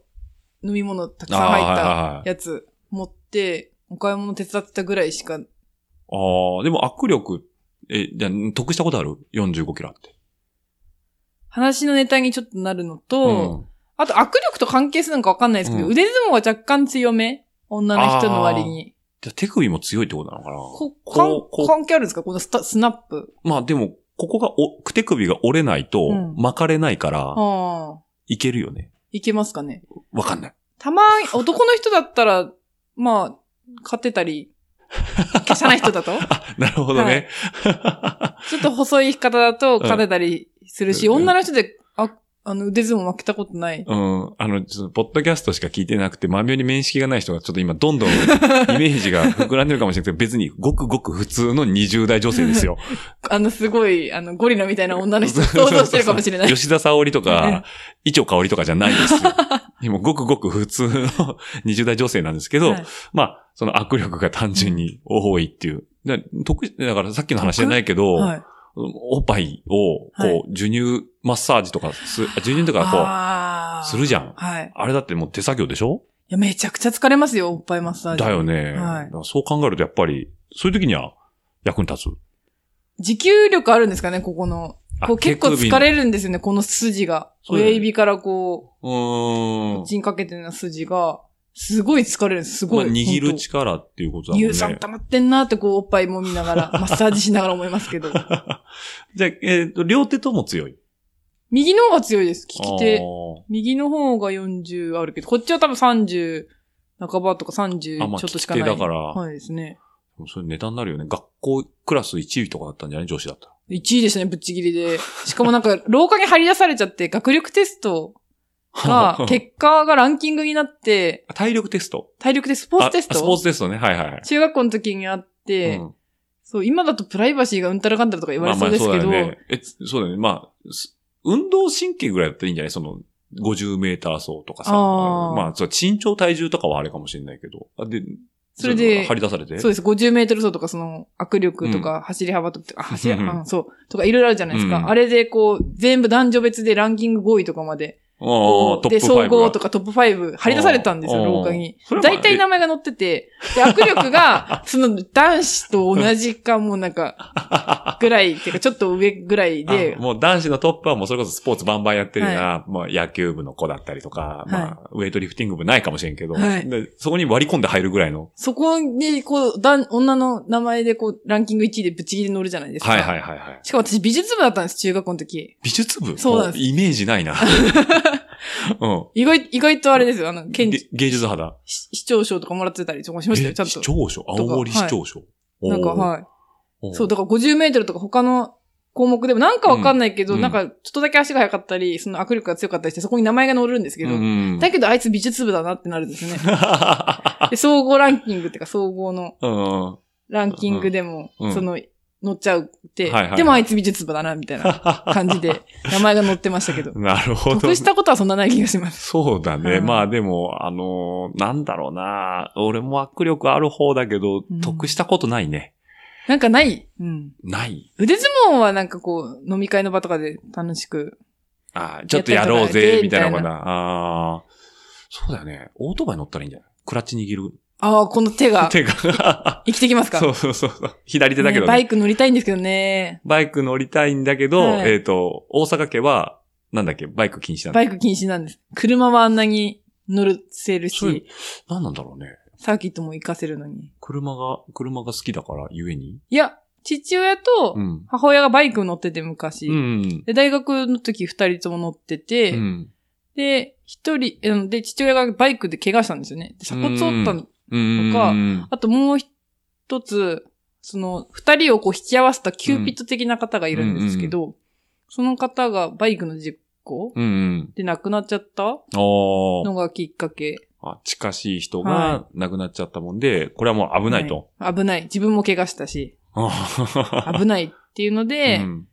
[SPEAKER 3] 飲み物たくさん
[SPEAKER 2] あ
[SPEAKER 3] 入っ
[SPEAKER 2] ー
[SPEAKER 3] た
[SPEAKER 2] はいはいはい
[SPEAKER 3] やつ持って、お買い物手伝ってたぐらいしか、
[SPEAKER 2] あーでも握力、え、じゃあ得したことある ?45 キロあって。
[SPEAKER 3] 話のネタにちょっとなるのと、
[SPEAKER 2] ん。
[SPEAKER 3] あと握力と関係するのかわかんないですけど、
[SPEAKER 2] うん
[SPEAKER 3] 腕相撲は若干強め女の人の割に。
[SPEAKER 2] じゃあ手首も強いってことなのかな
[SPEAKER 3] こ
[SPEAKER 2] こうこ
[SPEAKER 3] 関
[SPEAKER 2] う
[SPEAKER 3] 関係あるんですかこのスタスナップ。
[SPEAKER 2] まあでも、ここがお、手首が折れないと
[SPEAKER 3] うん、
[SPEAKER 2] 巻かれないから、
[SPEAKER 3] ああ、
[SPEAKER 2] いけるよね。
[SPEAKER 3] いけますかね。
[SPEAKER 2] わかんない。
[SPEAKER 3] たまに、男の人だったら、まあ、勝てたり、消さない人だと
[SPEAKER 2] なるほどね。
[SPEAKER 3] ちょっと細い方だと勝てたりするし、
[SPEAKER 2] うん
[SPEAKER 3] 女の人で、あ、あの、腕相撲負けたことない。
[SPEAKER 2] うん。あの、ちょっとポッドキャストしか聞いてなくて、まみに面識がない人がちょっと今どん どんイメージが膨らんでるかもしれないけど、別にごくごく普通の20代女性ですよ。
[SPEAKER 3] あの、すごい、あの、ゴリラみたいな女の 人想像してるかもしれ ない。
[SPEAKER 2] 吉田沙織と か、伊調香織とかじゃないですよ。でもごくごく普通の 20代女性なんですけど、
[SPEAKER 3] はい
[SPEAKER 2] まあ、その握力が単純に多いっていう。だ得だからさっきの話じゃないけど、
[SPEAKER 3] はい。
[SPEAKER 2] おっぱいを、こう、
[SPEAKER 3] はい
[SPEAKER 2] 授乳マッサージとかす、あ授乳とかこ
[SPEAKER 3] あ
[SPEAKER 2] う、
[SPEAKER 3] ー
[SPEAKER 2] するじゃん。
[SPEAKER 3] はい。い
[SPEAKER 2] あれだってもう手作業でしょ
[SPEAKER 3] や、めちゃくちゃ疲れますよ、おっぱいマッサージ。
[SPEAKER 2] だよね。
[SPEAKER 3] はい
[SPEAKER 2] だからそう考えるとやっぱり、そういう時には役に立つ。
[SPEAKER 3] 持久力あるんですかね、ここの。
[SPEAKER 2] あ
[SPEAKER 3] こう結構
[SPEAKER 2] 手首
[SPEAKER 3] 疲れるんですよね、この筋が。
[SPEAKER 2] そうだよ
[SPEAKER 3] 親
[SPEAKER 2] ね
[SPEAKER 3] 指からこ
[SPEAKER 2] う
[SPEAKER 3] う、
[SPEAKER 2] ー
[SPEAKER 3] こ
[SPEAKER 2] ん
[SPEAKER 3] っ。ちにかけての筋が、すごい疲れるんです、す
[SPEAKER 2] ま
[SPEAKER 3] ご
[SPEAKER 2] あ、
[SPEAKER 3] い。
[SPEAKER 2] 握る
[SPEAKER 3] 本当
[SPEAKER 2] 力っていうことだもん
[SPEAKER 3] 乳酸
[SPEAKER 2] ね。
[SPEAKER 3] 溜まってんなってこう、おっぱい揉みながら、マッサージしながら思います けど。
[SPEAKER 2] じゃあ、えっ、と、両手とも強い。
[SPEAKER 3] 右の方が強いです、利き
[SPEAKER 2] あ
[SPEAKER 3] 手。
[SPEAKER 2] ー
[SPEAKER 3] 右の方が40あるけど、こっちは多分30半ばとか30ち
[SPEAKER 2] あま
[SPEAKER 3] ょ
[SPEAKER 2] あ
[SPEAKER 3] っとしかない。
[SPEAKER 2] 利き手だから
[SPEAKER 3] はいですね。
[SPEAKER 2] それネタになるよね。学校クラス1位とかだったんじゃない女子だったら。
[SPEAKER 3] 1位でしたね、ぶっちぎりで。しかも なんか、廊下に張り出されちゃって、学力テスト が、結果がランキングになって、
[SPEAKER 2] 体力テスト
[SPEAKER 3] 体力でスポーツテス
[SPEAKER 2] あ
[SPEAKER 3] ト
[SPEAKER 2] スポーツテストね。はいはいはい。
[SPEAKER 3] 中学校の時にあって、
[SPEAKER 2] うん
[SPEAKER 3] そう、今だとプライバシーがうんたらかんたらとか言われそうですけど、
[SPEAKER 2] まあまあそうだよね。え、そうだよね。まあ、す運動神経ぐらいだったらいいんじゃないその、50メーター走とかさ。
[SPEAKER 3] あー
[SPEAKER 2] まあ、そう身長体重とかはあれかもしれないけど。あで、
[SPEAKER 3] それで
[SPEAKER 2] 張り出されて。
[SPEAKER 3] そうです。50メートル走とか、その、握力とか、走り幅とか、あ 走り、
[SPEAKER 2] うん
[SPEAKER 3] うん、そう、とかいろいろあるじゃないですか。
[SPEAKER 2] うん
[SPEAKER 3] あれで、こう、全部男女別でランキング5位とかまで、
[SPEAKER 2] あー
[SPEAKER 3] こうで、総合と
[SPEAKER 2] か。
[SPEAKER 3] かトップ5、張り出されたんですよ、
[SPEAKER 2] あー
[SPEAKER 3] 廊下に
[SPEAKER 2] それ。はまあ
[SPEAKER 3] 大体名前が載ってて、で、握 力が、その、男子と同じか、もうなんか、ぐらい、っていうか、ちょっと上ぐらいで
[SPEAKER 2] あ、もう男子のトップはもうそれこそスポーツバンバンやってるような、まあ野球部の子だったりとか、まあウェイトリフティング部ないかもしれんけど、
[SPEAKER 3] はい
[SPEAKER 2] でそこに割り込んで入るぐらいの。
[SPEAKER 3] そこに、こう、男女の名前で、こう、ランキング1位でぶち切り乗るじゃないですか。
[SPEAKER 2] はいはいはいはい。
[SPEAKER 3] しかも私、美術部だったんです、中学校の時。
[SPEAKER 2] 美術部
[SPEAKER 3] そうなんです
[SPEAKER 2] もイメージ ないな。うん。
[SPEAKER 3] 意外、意外とあれですよ、あの、県
[SPEAKER 2] げ芸術肌。
[SPEAKER 3] し市長賞とかもらってたりとかもしましたよ、
[SPEAKER 2] え
[SPEAKER 3] ちゃん
[SPEAKER 2] 市
[SPEAKER 3] と。
[SPEAKER 2] 長賞青森市長賞。
[SPEAKER 3] なんか、
[SPEAKER 2] は
[SPEAKER 3] はい。
[SPEAKER 2] い
[SPEAKER 3] そう、だから50メートルとか他の項目でもなんかわかんないけど、
[SPEAKER 2] うん
[SPEAKER 3] なんかちょっとだけ足が速かったり、その握力が強かったりして、そこに名前が載るんですけど、
[SPEAKER 2] うん
[SPEAKER 3] だけどあいつ美術部だなってなるんですよね。 で、総合ランキングっていうか、総合の
[SPEAKER 2] うん。うん
[SPEAKER 3] ランキングでも、
[SPEAKER 2] うん
[SPEAKER 3] その、載っちゃうって、
[SPEAKER 2] はいはいはい
[SPEAKER 3] でもあいつ美術部だな、みたいな感じ で、名前が載ってましたけど。
[SPEAKER 2] なるほど
[SPEAKER 3] 得。したことはそんなない気がします。
[SPEAKER 2] そうだね。
[SPEAKER 3] うん
[SPEAKER 2] まあでも、あのーなんだろうな。俺も握力ある方だけど
[SPEAKER 3] うん、
[SPEAKER 2] 得したことないね。
[SPEAKER 3] なんかない。うん。
[SPEAKER 2] ない。
[SPEAKER 3] 腕相撲はなんかこう、飲み会の場とかで楽しく
[SPEAKER 2] ああ、ちょっとやろうぜ、
[SPEAKER 3] や
[SPEAKER 2] み
[SPEAKER 3] った
[SPEAKER 2] たいな
[SPEAKER 3] りと
[SPEAKER 2] の
[SPEAKER 3] か
[SPEAKER 2] かな。ああ。そうだよね。オートバイ乗ったらいいんじゃないクラッチ握る。
[SPEAKER 3] ああ、この手 が
[SPEAKER 2] 手が。
[SPEAKER 3] 生きてきますか
[SPEAKER 2] そうそうそうそう。左手だけど、ね
[SPEAKER 3] ねバイク乗りたいんですけどね。
[SPEAKER 2] バイク乗りたいんだけど、
[SPEAKER 3] はい
[SPEAKER 2] えっ、と、大阪家は、なんだっけ、バイク禁止なんだ
[SPEAKER 3] バイク禁止なんです。車はあんなに乗るせる
[SPEAKER 2] そういう
[SPEAKER 3] し、
[SPEAKER 2] なんなんだろうね。
[SPEAKER 3] サーキットも行かせるのに。
[SPEAKER 2] 車が、車が好きだから、ゆえに。
[SPEAKER 3] いや、父親と
[SPEAKER 2] うん。
[SPEAKER 3] 母親がバイク乗ってて昔。
[SPEAKER 2] うん。
[SPEAKER 3] で、大学の時二人とも乗ってて、
[SPEAKER 2] うん。
[SPEAKER 3] で、一人、うんで、父親がバイクで怪我したんですよね。で鎖骨折ったの。
[SPEAKER 2] うん。
[SPEAKER 3] とか
[SPEAKER 2] うん
[SPEAKER 3] あともう一つ、その、二人をこう引き合わせたキューピッド的な方がいるんですけど、その方がバイクの事故
[SPEAKER 2] うんうん。
[SPEAKER 3] で亡くなっちゃった
[SPEAKER 2] おー
[SPEAKER 3] のがきっかけ。
[SPEAKER 2] あ近しい人が
[SPEAKER 3] は
[SPEAKER 2] 亡くなっちゃったもんで、これはもう危ないと。
[SPEAKER 3] はい。危ない。自分も怪我したし、
[SPEAKER 2] 危
[SPEAKER 3] 危ないっていうので、
[SPEAKER 2] うん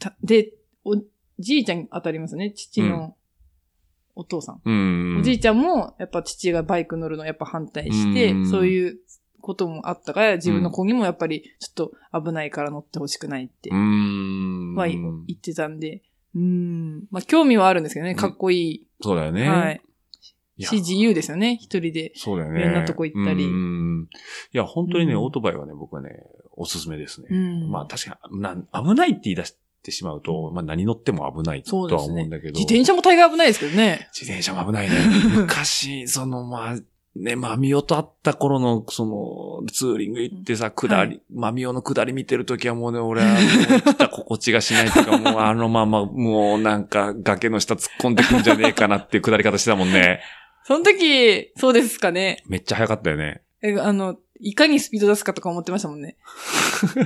[SPEAKER 3] たで、おじいちゃん当たりますね。父のお父さん。
[SPEAKER 2] うん。
[SPEAKER 3] おじいちゃんも、やっぱ父がバイク乗るのやっぱ反対して、
[SPEAKER 2] うん
[SPEAKER 3] そういうこともあったから、自分の子にもやっぱり、ちょっと危ないから乗ってほしくないって
[SPEAKER 2] う、ん。
[SPEAKER 3] は言ってたんで、うん。まあ、興味はあるんですけどね、かっこい
[SPEAKER 2] そうだよ
[SPEAKER 3] い。
[SPEAKER 2] ね。
[SPEAKER 3] はい。
[SPEAKER 2] いや
[SPEAKER 3] し、自由ですよね、一人で。
[SPEAKER 2] そうだよね。
[SPEAKER 3] いろんなとこ行ったり
[SPEAKER 2] うんいや、本当にね、
[SPEAKER 3] うん
[SPEAKER 2] オートバイはね、僕はね、おすすめですね。
[SPEAKER 3] うん。
[SPEAKER 2] まあ確かになん、危ないって言い出してしまうと、まあ何乗っても危ないと
[SPEAKER 3] そう
[SPEAKER 2] は
[SPEAKER 3] です
[SPEAKER 2] 思
[SPEAKER 3] ね
[SPEAKER 2] うんだけど。
[SPEAKER 3] 自転車も大概危ないですけどね。
[SPEAKER 2] 自転車も危ない ね。昔、その、まあ、ね、マミオと会った頃の、その、ツーリング行ってさ、下り、
[SPEAKER 3] はい
[SPEAKER 2] マミオの下り見てるときはもうね、俺は、もう来た心地がしないというか、もう あのまま、もうなんか、崖の下突っ込んでくんじゃねえかなっていう下り方してたもんね。
[SPEAKER 3] その時、そうですかね。
[SPEAKER 2] めっちゃ早かったよね。
[SPEAKER 3] え、あの、いかにスピード出すかとか思ってましたも んね。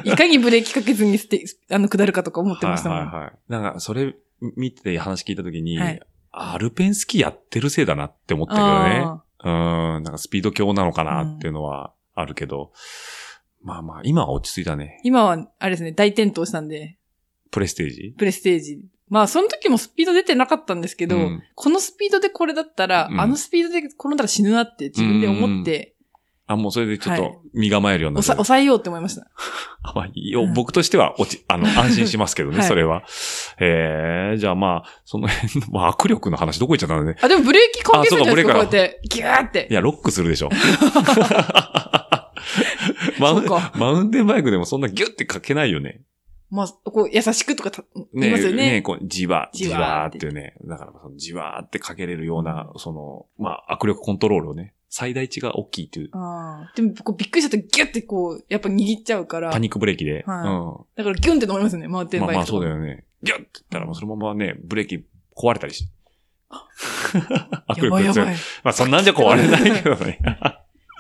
[SPEAKER 3] いかにブレーキかけずにステ、あの、下るかとか思ってましたもん。
[SPEAKER 2] はいはいはい。なんか、それ見て話聞いたときに、
[SPEAKER 3] はい
[SPEAKER 2] アルペンスキーやってるせいだなって思ったけどね。
[SPEAKER 3] あ
[SPEAKER 2] うーん、なんかスピード強なのかなっていうのはあるけど、まあまあ、今は落ち着いたね
[SPEAKER 3] ー。今は、あれですね、大転倒したんで、
[SPEAKER 2] プレステージ
[SPEAKER 3] プレステージ。まあ、その時もスピード出てなかったんですけど、
[SPEAKER 2] うん
[SPEAKER 3] このスピードでこれだったら、
[SPEAKER 2] うん
[SPEAKER 3] あのスピードで転んだら死ぬなって自分で思って、
[SPEAKER 2] あ、もうそれでちょっ
[SPEAKER 3] はい
[SPEAKER 2] と身構えるようにな
[SPEAKER 3] お
[SPEAKER 2] って
[SPEAKER 3] さ
[SPEAKER 2] る、
[SPEAKER 3] 抑えようって思いました。
[SPEAKER 2] あまあいいよ
[SPEAKER 3] うん
[SPEAKER 2] 僕としては落ち、 あの、安心しますけどね、
[SPEAKER 3] はい
[SPEAKER 2] それは。えー、じゃあまあ、その辺の、まあ、握力の話どこ行っちゃったんだね。
[SPEAKER 3] あ、でもブレーキ関係するじゃないですか、
[SPEAKER 2] あ
[SPEAKER 3] こう
[SPEAKER 2] そ
[SPEAKER 3] や
[SPEAKER 2] うか
[SPEAKER 3] っ
[SPEAKER 2] ブ
[SPEAKER 3] て。ギューって
[SPEAKER 2] い。や、ロックするで しょ。マウン
[SPEAKER 3] そうか
[SPEAKER 2] マウンテンバイクでもそんなギュってかけないよね。
[SPEAKER 3] まあ、こう、優しくとかた言い
[SPEAKER 2] ね
[SPEAKER 3] ますよね。
[SPEAKER 2] こうじわ、じ
[SPEAKER 3] じわー
[SPEAKER 2] わーっていうね。だから、そのじわーってかけれるような、その、まあ、握力コントロールをね、最大値が大きいという、
[SPEAKER 3] あーでも、こうびっくりしたとギュってこう、やっぱ握っちゃうから
[SPEAKER 2] パ、ニックブレーキで、
[SPEAKER 3] はい
[SPEAKER 2] うん。
[SPEAKER 3] だからギュンって乗りますよね、マウンテンバ
[SPEAKER 2] まあ
[SPEAKER 3] イク。
[SPEAKER 2] まあそうだよね。ギュッって言ったらもうそのままね、ブレーキ壊れたりし。握
[SPEAKER 3] や
[SPEAKER 2] 力
[SPEAKER 3] ばいや
[SPEAKER 2] 強い。
[SPEAKER 3] ばい。
[SPEAKER 2] まあそんなんじゃ壊れないけどね。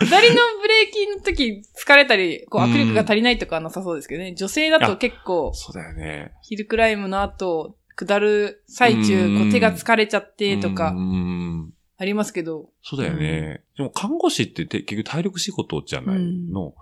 [SPEAKER 3] 左のブレーキの時疲れたり、こう握力が足りないとかはなさそうですけどね。女性だと結構、
[SPEAKER 2] そうだよね。
[SPEAKER 3] ヒルクライムの後、下る最
[SPEAKER 2] うん
[SPEAKER 3] 中、こう手が疲れちゃってと
[SPEAKER 2] う
[SPEAKER 3] か
[SPEAKER 2] ん。
[SPEAKER 3] ありますけど、
[SPEAKER 2] そうだよね。でも看護師ってて結局体力仕事じゃないの。やっ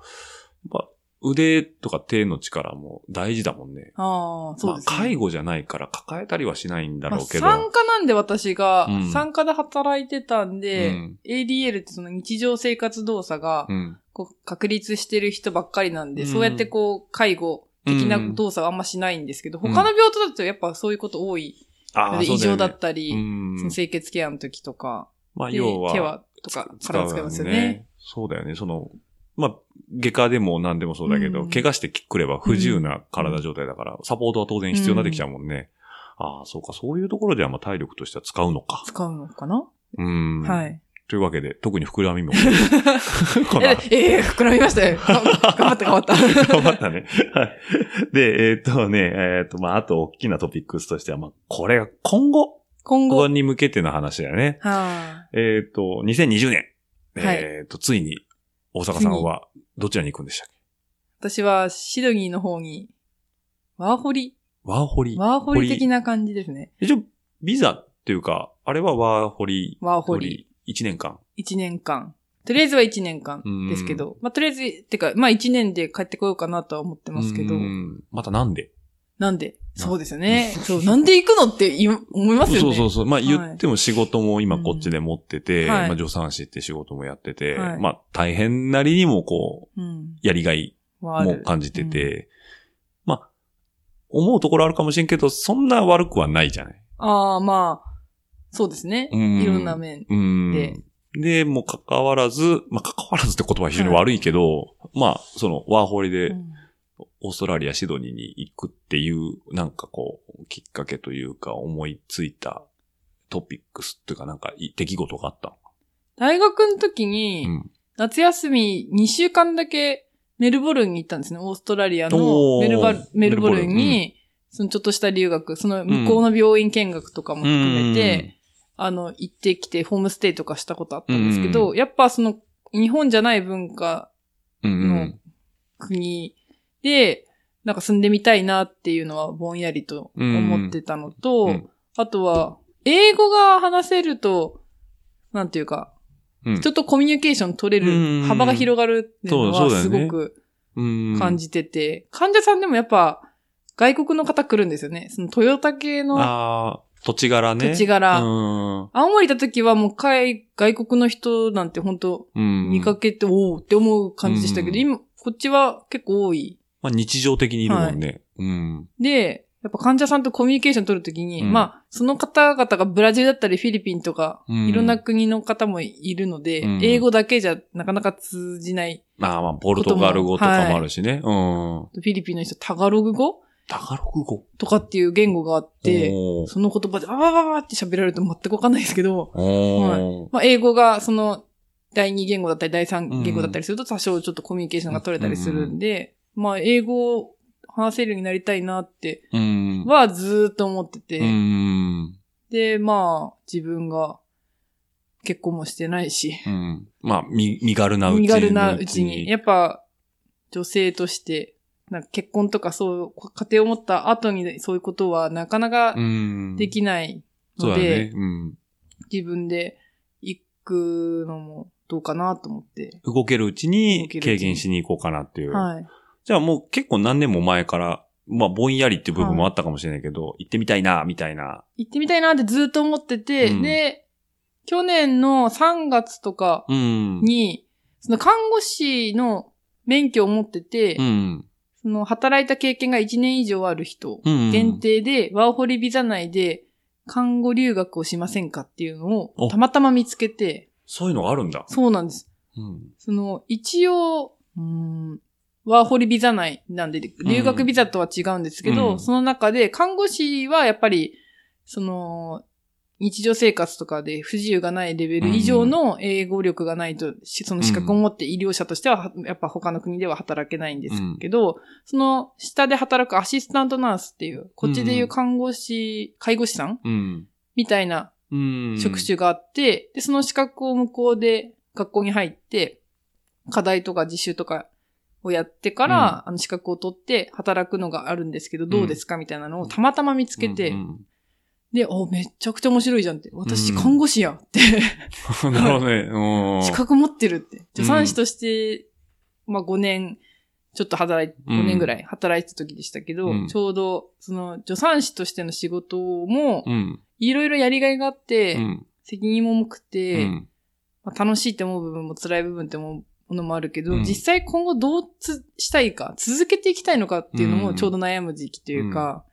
[SPEAKER 2] ぱ腕とか手の力も大事だもんね。
[SPEAKER 3] ああ、そうです、
[SPEAKER 2] まあ
[SPEAKER 3] ね。
[SPEAKER 2] 介護じゃないから抱えたりはしないんだ
[SPEAKER 3] まあ
[SPEAKER 2] ろうけど。
[SPEAKER 3] 産科なんで私が
[SPEAKER 2] うん、
[SPEAKER 3] 産科で働いてたんで、
[SPEAKER 2] うん
[SPEAKER 3] ADL ってその日常生活動作が
[SPEAKER 2] うん。
[SPEAKER 3] こう確立してる人ばっかりなんで、
[SPEAKER 2] うん
[SPEAKER 3] そうやってこう、介護的な動作はあんましないんですけど、他の病棟だとやっぱそういうこと多い。
[SPEAKER 2] ああ、
[SPEAKER 3] 異常だ
[SPEAKER 2] た
[SPEAKER 3] ったり、その清潔ケアの時とか、
[SPEAKER 2] まあ
[SPEAKER 3] で
[SPEAKER 2] 要は。
[SPEAKER 3] 手はとか
[SPEAKER 2] 使
[SPEAKER 3] 体
[SPEAKER 2] う
[SPEAKER 3] を使いますよ
[SPEAKER 2] よ
[SPEAKER 3] ね。。
[SPEAKER 2] そうだよね。その、まあ、外科でも何でもそうだけど、
[SPEAKER 3] うん
[SPEAKER 2] 怪我してくれば不自由な体状態だから、サポートは当然必要になってきちゃうもんね。ああ、そうか。そういうところではまあ体力としては使うのか。
[SPEAKER 3] 使うのかな、
[SPEAKER 2] うん。
[SPEAKER 3] はい。
[SPEAKER 2] というわけで、特に膨らみ も。こんな
[SPEAKER 3] え、ええ膨らみまし たよ。が頑張った、頑張った。
[SPEAKER 2] 頑張ったね。はい。で、えーっとね、えーっと、まあ、あと大きなトピックスとしては、まあ、これが今後、
[SPEAKER 3] 今
[SPEAKER 2] 今
[SPEAKER 3] 後。
[SPEAKER 2] 後
[SPEAKER 3] は
[SPEAKER 2] に向けての話だよね。
[SPEAKER 3] あ、
[SPEAKER 2] えーっと、2020年。
[SPEAKER 3] はい
[SPEAKER 2] えーっと、ついに、大阪さんは、どちらに行くんでしたっけ
[SPEAKER 3] 私はシドニーの方に、ワーホリ、
[SPEAKER 2] ワーホリ。
[SPEAKER 3] ワーホリ的
[SPEAKER 2] な。
[SPEAKER 3] な感じですね。
[SPEAKER 2] 一応、ビザっていうか、あれはワーホリ。
[SPEAKER 3] ワーホリ。。
[SPEAKER 2] 1年間。
[SPEAKER 3] 1年間。とりあえずは1年間ですけど、まあとりあえず、てか、まあ1年で帰ってこようかなとは思ってますけど
[SPEAKER 2] う、んまたなんで
[SPEAKER 3] なんで、そうですよね。 そう、なんで行くのって今思いますよね。
[SPEAKER 2] そうそうそう。まあ
[SPEAKER 3] はい
[SPEAKER 2] 言っても仕事も今こっちで持ってて、
[SPEAKER 3] うんはい
[SPEAKER 2] まあ助産師って仕事もやってて、
[SPEAKER 3] はい
[SPEAKER 2] まあ大変なりにもこ
[SPEAKER 3] うん。
[SPEAKER 2] う、やりがい
[SPEAKER 3] はあ
[SPEAKER 2] も
[SPEAKER 3] る。
[SPEAKER 2] 感じてて、まあ、思うところあるかもしれんけど、そんな悪くはないじゃない。
[SPEAKER 3] ああ、まあ、そうですね。
[SPEAKER 2] うん
[SPEAKER 3] いろんな面。
[SPEAKER 2] うん。
[SPEAKER 3] で
[SPEAKER 2] で、もう関わらず、まあ関わらずって言葉は非常に悪いけど、まあ、そのワーホリで、
[SPEAKER 3] うん
[SPEAKER 2] オーストラリア、シドニーに行くっていう、なんかこう、きっかけというか、思いついたトピックスっていうか、なんかい、出来事があった
[SPEAKER 3] 大学の時に、
[SPEAKER 2] の。
[SPEAKER 3] 夏休み2週間だけメルボルンに行ったんですね。オーストラリア
[SPEAKER 2] お
[SPEAKER 3] の
[SPEAKER 2] ー
[SPEAKER 3] メルバルメルボルン
[SPEAKER 2] メルボル
[SPEAKER 3] に、そのちょっとした留学、その向こうの病院見学とかも含めて、あの、行ってきて、ホームステイとかしたことあったんですけ
[SPEAKER 2] うん
[SPEAKER 3] ど、やっぱその、日本じゃない文化
[SPEAKER 2] うんうん、
[SPEAKER 3] の国で、なんか住んでみたいなっていうのはぼんやりと思ってたのと、
[SPEAKER 2] うんうん
[SPEAKER 3] あとは、英語が話せると、なんていうか、
[SPEAKER 2] うん
[SPEAKER 3] 人とコミュニケーション取れ
[SPEAKER 2] うん
[SPEAKER 3] る、幅が広がるっていうの
[SPEAKER 2] そう
[SPEAKER 3] は
[SPEAKER 2] そうだ
[SPEAKER 3] す
[SPEAKER 2] よね
[SPEAKER 3] ごく
[SPEAKER 2] うん
[SPEAKER 3] 感じてて、患者さんでもやっぱ、外国の方来るんですよね。そのトヨタ系の
[SPEAKER 2] ああ、土地柄ね。
[SPEAKER 3] 土地柄。
[SPEAKER 2] うん
[SPEAKER 3] 青森行った時はもう海外国の人なんて本当
[SPEAKER 2] うん。
[SPEAKER 3] 見かけて、おおって思う感じでしたけど、
[SPEAKER 2] うん
[SPEAKER 3] 今、こっちは結構多い。
[SPEAKER 2] まあ日常的にいるもんね。うん。
[SPEAKER 3] で、やっぱ患者さんとコミュニケーション取るときに、
[SPEAKER 2] うん
[SPEAKER 3] まあ、その方々がブラジルだったりフィリピンとか、
[SPEAKER 2] うん
[SPEAKER 3] いろんな国の方もいるので、
[SPEAKER 2] うん
[SPEAKER 3] 英語だけじゃなかなか通じない。
[SPEAKER 2] まあまあ、ポルトガル語とかもあるしね。うん。
[SPEAKER 3] フィリピンの人、タガログ語
[SPEAKER 2] タガログ語
[SPEAKER 3] とかっていう言語があって、
[SPEAKER 2] おー
[SPEAKER 3] その言葉で、あーって喋られると全くわかんないですけど、
[SPEAKER 2] おー
[SPEAKER 3] まあ、英語がその第二言語だったり第三言語だったりすると多少ちょっとコミュニケーションが取れたりするんで、まあ、英語を話せるようになりたいなって
[SPEAKER 2] うん。
[SPEAKER 3] はずーっと思ってて、
[SPEAKER 2] うん。
[SPEAKER 3] で、まあ、自分が結婚もしてないし、
[SPEAKER 2] うん。まあ、み、身軽なうちに。
[SPEAKER 3] 身軽なうちに、やっぱ女性として、なんか結婚とかそう、家庭を持った後にそういうことはなかなか
[SPEAKER 2] うん。
[SPEAKER 3] できない
[SPEAKER 2] そう
[SPEAKER 3] の
[SPEAKER 2] だ
[SPEAKER 3] で、
[SPEAKER 2] ね。うん。
[SPEAKER 3] 自分で行くのもどうかなと思って。
[SPEAKER 2] 動けるうちに
[SPEAKER 3] 動ける
[SPEAKER 2] 軽
[SPEAKER 3] うちに
[SPEAKER 2] 減しに行こうかなっていう。
[SPEAKER 3] はい。
[SPEAKER 2] じゃあもう結構何年も前から、まあぼんやりっていう部分もあったかもしれないけど、行ってみたいな、みたいな。
[SPEAKER 3] 行ってみたいなってずっと思ってて、
[SPEAKER 2] うん
[SPEAKER 3] で、去年の3月とか
[SPEAKER 2] うん。
[SPEAKER 3] に、その看護師の免許を持ってて、
[SPEAKER 2] うん。
[SPEAKER 3] その働いた経験が1年以上ある人
[SPEAKER 2] うん。
[SPEAKER 3] 限定で、ワーホリビザ内で看護留学をしませんかっていうの
[SPEAKER 2] お
[SPEAKER 3] をたまたま見つけて、
[SPEAKER 2] そういうのがあるんだ。
[SPEAKER 3] そうなんです。
[SPEAKER 2] うん。
[SPEAKER 3] その、一応、うーん、ワーホリビザ内なんで、留学ビザとは違うんですけど、
[SPEAKER 2] うん
[SPEAKER 3] その中で、看護師はやっぱり、その、日常生活とかで不自由がないレベル以上の英語力がないと、しその資格を持って医療者としては、はやっぱ他の国では働けないんですけど、その下で働くアシスタントナースっていう、こっちでいう看護師、介護士さん
[SPEAKER 2] うん。
[SPEAKER 3] みたいな
[SPEAKER 2] うん。
[SPEAKER 3] 職種があって、で、その資格を向こうで学校に入って、課題とか自習とかをやってから、あの資格を取って働くのがあるんですけど、どうですかみたいなのをたまたま見つけて、
[SPEAKER 2] うん
[SPEAKER 3] で、お、めちゃくちゃ面白いじゃんって。私、
[SPEAKER 2] うん
[SPEAKER 3] 看護師やって、
[SPEAKER 2] うん なるほどね。うん。
[SPEAKER 3] 資格持ってるって。助産師として、まあ5年、ちょっと働い、
[SPEAKER 2] うん
[SPEAKER 3] 5年ぐらい働いてた時でしたけど、
[SPEAKER 2] うん
[SPEAKER 3] ちょうど、その、助産師としての仕事も
[SPEAKER 2] う、ん。
[SPEAKER 3] いろいろやりがいがあって、
[SPEAKER 2] うん。
[SPEAKER 3] 責任も重く
[SPEAKER 2] う
[SPEAKER 3] て、
[SPEAKER 2] ん。
[SPEAKER 3] まあ、楽しいって思う部分も辛い部分って思うものもあるけど、
[SPEAKER 2] うん
[SPEAKER 3] 実際今後どうつしたいか、続けていきたいのかっていうの
[SPEAKER 2] う
[SPEAKER 3] も
[SPEAKER 2] ん
[SPEAKER 3] ちょうど悩む時期というか、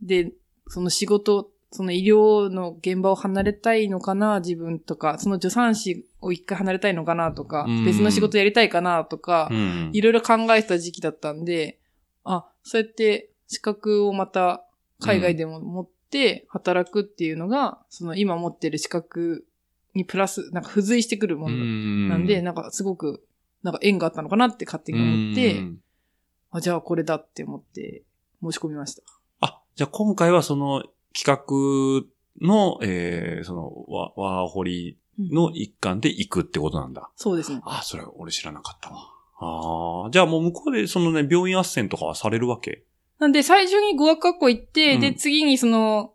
[SPEAKER 3] で、その仕事、その医療の現場を離れたいのかな、自分とか、その助産師を一回離れたいのかなとか、
[SPEAKER 2] うん
[SPEAKER 3] 別の仕事やりたいかなとか、
[SPEAKER 2] うん
[SPEAKER 3] いろいろ考えてた時期だったんで、あ、そうやって資格をまた海外でも持って働くっていうのが、その今持ってる資格にプラス、なんか付随してくるも
[SPEAKER 2] う
[SPEAKER 3] の
[SPEAKER 2] ん
[SPEAKER 3] なんで、、なんかすごく、なんか縁があったのかなって勝手に思って、
[SPEAKER 2] うん
[SPEAKER 3] あ、じゃあこれだって思って申し込みました。
[SPEAKER 2] あ、じゃあ今回はその企画の、えー、そのワ、ワーホリの一環で行くってことなんだ。
[SPEAKER 3] そうですね。
[SPEAKER 2] あ、それ俺知らなかったわ。ああ、じゃあもう向こうでそのね、病院斡旋とかはされるわけ
[SPEAKER 3] なんで最初に語学学校行って、
[SPEAKER 2] うん
[SPEAKER 3] で次にその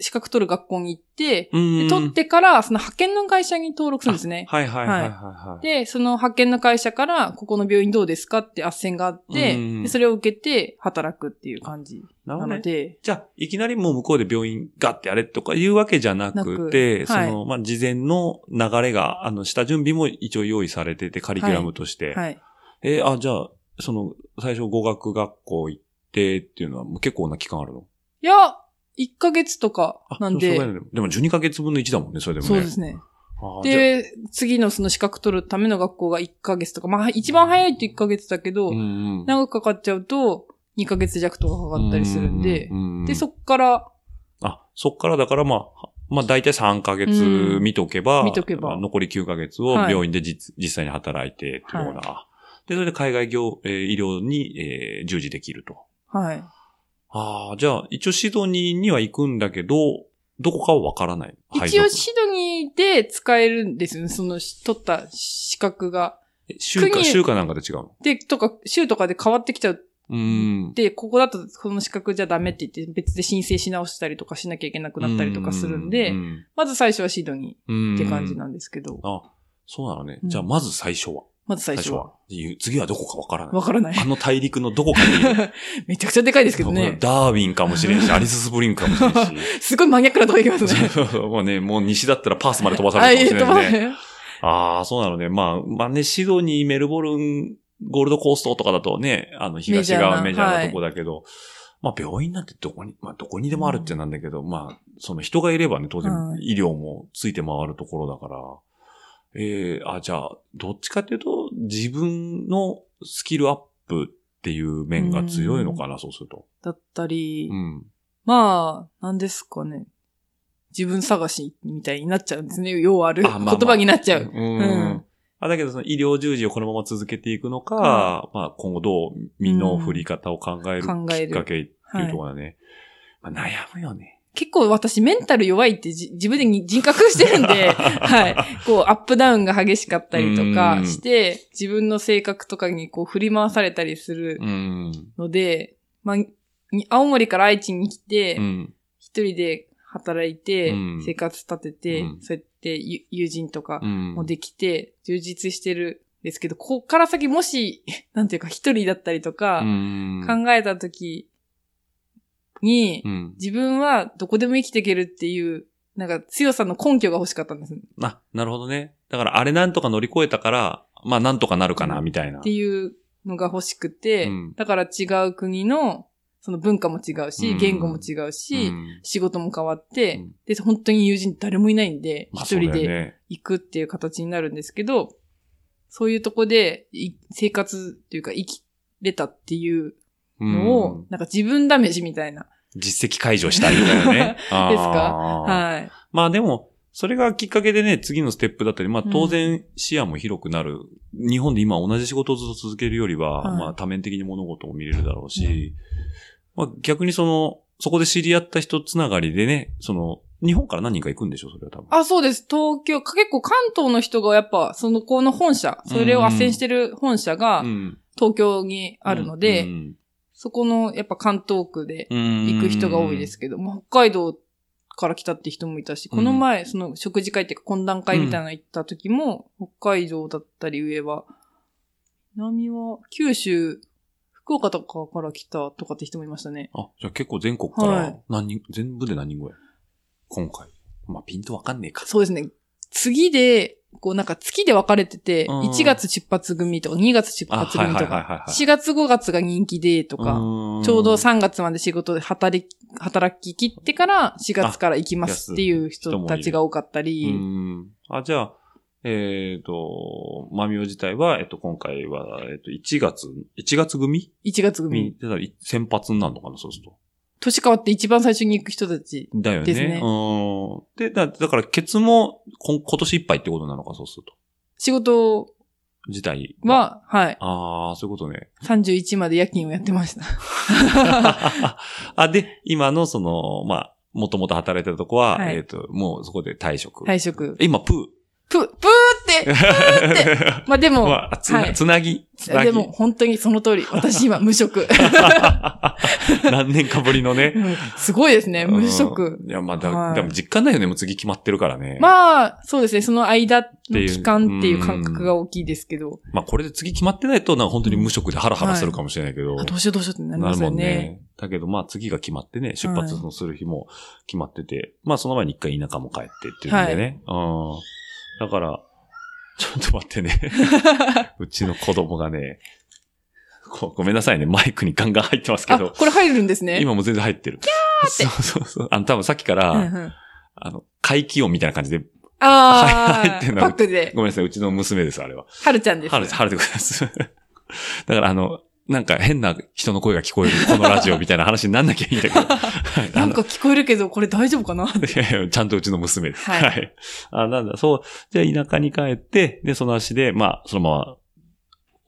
[SPEAKER 3] 資格取る学校に行って、
[SPEAKER 2] うん
[SPEAKER 3] で取っ。てからその派遣の会社に登録するんですね。
[SPEAKER 2] はいはいはいはいはい。
[SPEAKER 3] で、その派遣の会社から、ここの病院どうですかって斡旋があって、
[SPEAKER 2] うん
[SPEAKER 3] でそれを受けて働くっていう感じ
[SPEAKER 2] なる
[SPEAKER 3] な
[SPEAKER 2] ほど
[SPEAKER 3] の
[SPEAKER 2] ね。
[SPEAKER 3] で、
[SPEAKER 2] じゃあ、いきなりもう向こうで病院ガッてやれとかいうわけじゃなくて、
[SPEAKER 3] なくはい
[SPEAKER 2] その、まあ、事前の流れが、あの、下準備も一応用意されてて、カリキュラムとして。
[SPEAKER 3] はい。
[SPEAKER 2] えーあ、じゃあ、その、最初語学学校行ってっていうのは、もう結構な期間あるの
[SPEAKER 3] いや、1ヶ月とか
[SPEAKER 2] あ
[SPEAKER 3] なん
[SPEAKER 2] そ
[SPEAKER 3] で、
[SPEAKER 2] うそうだよねでも12ヶ月分の1だもんね、それでもね。
[SPEAKER 3] そうですね。
[SPEAKER 2] あーじゃあ
[SPEAKER 3] で、次のその資格取るための学校が1ヶ月とか、まあ一番早いと1ヶ月だけど、
[SPEAKER 2] うんうん、
[SPEAKER 3] 長くかかっちゃうと、2ヶ月弱とかかかったりするんで、
[SPEAKER 2] うう
[SPEAKER 3] で、そっから、
[SPEAKER 2] あ、そっからだからまあ、まあ大体3ヶ月見とけば、
[SPEAKER 3] うん見とけば
[SPEAKER 2] 残り9ヶ月を
[SPEAKER 3] はい
[SPEAKER 2] 病院で実,、実際に働いてっていうような、あで、それで海外業、えー医療に、えー従事できると。
[SPEAKER 3] はい。
[SPEAKER 2] ああ、じゃあ、一応シドニーには行くんだけど、どこかはわからない。
[SPEAKER 3] 一応
[SPEAKER 2] 配属
[SPEAKER 3] シドニーで使えるんですよね。その取った資格が。
[SPEAKER 2] え州か、
[SPEAKER 3] 国
[SPEAKER 2] 州かなんかで違うの
[SPEAKER 3] で、とか、州とかで変わってきちゃう
[SPEAKER 2] うーん。
[SPEAKER 3] で、ここだとこの資格じゃダメって言って別で申請し直したりとかしなきゃいけなくなったりとかするんで、
[SPEAKER 2] うん
[SPEAKER 3] まず最初はシドニ
[SPEAKER 2] うん
[SPEAKER 3] ーって感じなんですけど、
[SPEAKER 2] あ、そうなのね。
[SPEAKER 3] うん
[SPEAKER 2] じゃあ、まず最初は。
[SPEAKER 3] まず最
[SPEAKER 2] 最
[SPEAKER 3] 初
[SPEAKER 2] 初
[SPEAKER 3] は。
[SPEAKER 2] は。いう次はどこかわからない。
[SPEAKER 3] わからない
[SPEAKER 2] あ。の大陸のどこかにいる。
[SPEAKER 3] めちゃくちゃ でかいですけどね。
[SPEAKER 2] ダーウィンかもし れんし、アリス・スプリングかもしれんし。
[SPEAKER 3] すごいマニアックなとこ行きます ね。
[SPEAKER 2] そうそうもうね、もう西だったらパースまで飛ばさ
[SPEAKER 3] は
[SPEAKER 2] れる
[SPEAKER 3] い、
[SPEAKER 2] か
[SPEAKER 3] と
[SPEAKER 2] も
[SPEAKER 3] ま
[SPEAKER 2] しれないね。
[SPEAKER 3] ね。
[SPEAKER 2] ああ、そうなのね。まあ、まあね、シドニー、メルボルン、ゴールドコーストとかだとね、あの、東側メ
[SPEAKER 3] メ
[SPEAKER 2] ジ
[SPEAKER 3] ジ
[SPEAKER 2] ャ
[SPEAKER 3] ャーな
[SPEAKER 2] ーなとこだけど、まあ、病院なんてどこに、まあ、どこにでもあるってなんだけど、まあ、その人がいればね、当然
[SPEAKER 3] は
[SPEAKER 2] 医療もついて回るところだから、ええあ、じゃあ、どっちかっていうと、自分のスキルアップっていう面が強いのかな、そうすると。
[SPEAKER 3] だったり、
[SPEAKER 2] うん。
[SPEAKER 3] まあ、なんですかね。自分探しみたいになっちゃうんですね。要ある
[SPEAKER 2] あまあまあ
[SPEAKER 3] 言葉になっちゃう。
[SPEAKER 2] うん。
[SPEAKER 3] うん
[SPEAKER 2] あだけど、その医療従事をこのまま続けていくのか、まあ今後どう身の振り方を考えるきっ
[SPEAKER 3] うん考える
[SPEAKER 2] かけっていうところだね。まあ、悩むよね。
[SPEAKER 3] 結構私メンタル弱いってじ自分でに人格してるん で、はい。こう、アップダウンが激しかったりとかして、自分の性格とかにこう振り回されたりする
[SPEAKER 2] うん。
[SPEAKER 3] ので、まあ、に青森から愛知に来て
[SPEAKER 2] う、ん。
[SPEAKER 3] 一、人で働いて
[SPEAKER 2] うん、
[SPEAKER 3] 生活立てて、
[SPEAKER 2] うん
[SPEAKER 3] そうやってゆ友人とか
[SPEAKER 2] うん。
[SPEAKER 3] もできて、充実してるんですけど、ここから先もし、 なんていうか一人だったりとか、
[SPEAKER 2] うん。
[SPEAKER 3] 考えた時に、
[SPEAKER 2] うん。
[SPEAKER 3] 自分はどこでも生きていけるっていう、なんか強さの根拠が欲しかったんです。っ
[SPEAKER 2] あ、なるほどね。だから、あれなんとか乗り越えたから、まあなんとかなるかな、みたいな。
[SPEAKER 3] ていうのが欲しくて、
[SPEAKER 2] うん
[SPEAKER 3] だから違う国の、その文化も違うし、
[SPEAKER 2] うん
[SPEAKER 3] 言語も違うし、
[SPEAKER 2] うん
[SPEAKER 3] 仕事も変わって、
[SPEAKER 2] うん
[SPEAKER 3] で、本当に友人誰もいないんで、
[SPEAKER 2] まあ
[SPEAKER 3] 一人
[SPEAKER 2] そうだよ
[SPEAKER 3] で
[SPEAKER 2] ね
[SPEAKER 3] 行くっていう形になるんですけど、そういうとこでい生活というか生きれたっていうのを、
[SPEAKER 2] うん
[SPEAKER 3] なんか自分試しみたいな。
[SPEAKER 2] 実績解除したいみたいな ね。です
[SPEAKER 3] かはい。
[SPEAKER 2] まあでも、それがきっかけでね、次のステップだったり、まあ
[SPEAKER 3] うん
[SPEAKER 2] 当然視野も広くなる。日本で今同じ仕事をずっと続けるよりは、
[SPEAKER 3] はい
[SPEAKER 2] まあ多面的に物事も見れるだろうし、まあ逆にその、そこで知り合った人つながりでね、その、日本から何人か行くんでしょ、それは多分。
[SPEAKER 3] あ、そうです。東京、か結構関東の人がやっぱ、その子の本社、それを斡旋してる本社が
[SPEAKER 2] うん、
[SPEAKER 3] 東京にあるので、
[SPEAKER 2] うん
[SPEAKER 3] そこのやっぱ関東区で
[SPEAKER 2] うん
[SPEAKER 3] 行く人が多いですけど、まあ北海道から来たって人もいたし、
[SPEAKER 2] うん
[SPEAKER 3] この前、その食事会っていうか懇談会みたいなの行った時も、北海道だったり上は、南は九州、福岡とかから来たとかって人もいましたね。
[SPEAKER 2] あ、じゃあ結構全国か
[SPEAKER 3] は
[SPEAKER 2] ら
[SPEAKER 3] い
[SPEAKER 2] 何人、全部で何人ぐらい今回。まあピンとわかんねえか。
[SPEAKER 3] そうですね。次で、こうなんか月で分かれてて、
[SPEAKER 2] うん
[SPEAKER 3] 1月出発組とか2月出発組と
[SPEAKER 2] あはいはいはいはい
[SPEAKER 3] か
[SPEAKER 2] は、い
[SPEAKER 3] 4月5月が人気でとか、ちょうど3月まで仕事で働き、働き切ってから4月から行きますっていう人たちが多かった
[SPEAKER 2] う
[SPEAKER 3] り、
[SPEAKER 2] ん。あ、じゃあ、えっ、と、マミオ自体は、えっ、と、今回は、えっ、と、1月、1月組
[SPEAKER 3] 1月組、
[SPEAKER 2] 組、出たらい先発になるのかな、そうすると。
[SPEAKER 3] 年変わって一番最初に行く人たち。
[SPEAKER 2] だよね。
[SPEAKER 3] ですね
[SPEAKER 2] うん。で、だだから、ケツもこん今年いっぱいってことなのか、そうすると。
[SPEAKER 3] 仕事
[SPEAKER 2] 自体。
[SPEAKER 3] は、はい、
[SPEAKER 2] ああ、そういうことね。
[SPEAKER 3] 31まで夜勤をやってました。
[SPEAKER 2] あ、で、今のその、まあ、もともと働いてたとこは、
[SPEAKER 3] はい
[SPEAKER 2] えっ、と、もうそこで退職。
[SPEAKER 3] 退職。
[SPEAKER 2] 今、プー。
[SPEAKER 3] ぷ、ぷーって、 まあでも、
[SPEAKER 2] まあ、つな、
[SPEAKER 3] はい
[SPEAKER 2] つなぎ、つなぎ。
[SPEAKER 3] でも本当にその通り、私今無 職。
[SPEAKER 2] 何年かぶりのね。
[SPEAKER 3] うんすごいですね、無職。
[SPEAKER 2] うん。いや、まあ、
[SPEAKER 3] は
[SPEAKER 2] だ、
[SPEAKER 3] い
[SPEAKER 2] でも実感ないよね、もう次決まってるからね。あ。
[SPEAKER 3] まあ、そうですね、その間の期間ってい
[SPEAKER 2] っ
[SPEAKER 3] う
[SPEAKER 2] ていう
[SPEAKER 3] 感覚が大きいですけど、
[SPEAKER 2] まあ、これで次決まってないと、なんか本当に無職でハラハラするかもしれないけど。
[SPEAKER 3] あどうしようどうしようってなり
[SPEAKER 2] な
[SPEAKER 3] ま
[SPEAKER 2] る
[SPEAKER 3] す
[SPEAKER 2] も
[SPEAKER 3] よ
[SPEAKER 2] ん
[SPEAKER 3] ね。
[SPEAKER 2] ね。だけど、まあ、次が決まってね、出発のする日も決まってて、まあ、その前に一回田舎も帰ってっていうんでね。うん。だから、ちょっと待って ね。うちの子供がね、ごごめんなさいね、マイクにガンガン入ってますけ
[SPEAKER 3] あ、
[SPEAKER 2] ど、
[SPEAKER 3] これ入るんですね。
[SPEAKER 2] 今も全然入ってる。そうそうそう。あの、多分さっきから、
[SPEAKER 3] うんうん
[SPEAKER 2] あの、怪奇音みたいな感じで、
[SPEAKER 3] あ
[SPEAKER 2] 入ってん
[SPEAKER 3] ー、
[SPEAKER 2] の
[SPEAKER 3] バックで、
[SPEAKER 2] ごめんなさい、うちの娘です、あれは。
[SPEAKER 3] はるちゃんです。
[SPEAKER 2] 春です、春でござい ます。だからあの、なんか変な人の声が聞こえる、このラジオみたいな話になんなきゃいいんだけ ど。はいあ
[SPEAKER 3] なん
[SPEAKER 2] の
[SPEAKER 3] か聞こえるけど、これ大丈夫かな
[SPEAKER 2] いやいやちゃんとうちの娘です。
[SPEAKER 3] はい
[SPEAKER 2] はい。あ、なんだ、そう。じゃあ田舎に帰って、で、その足で、まあ、そのまま、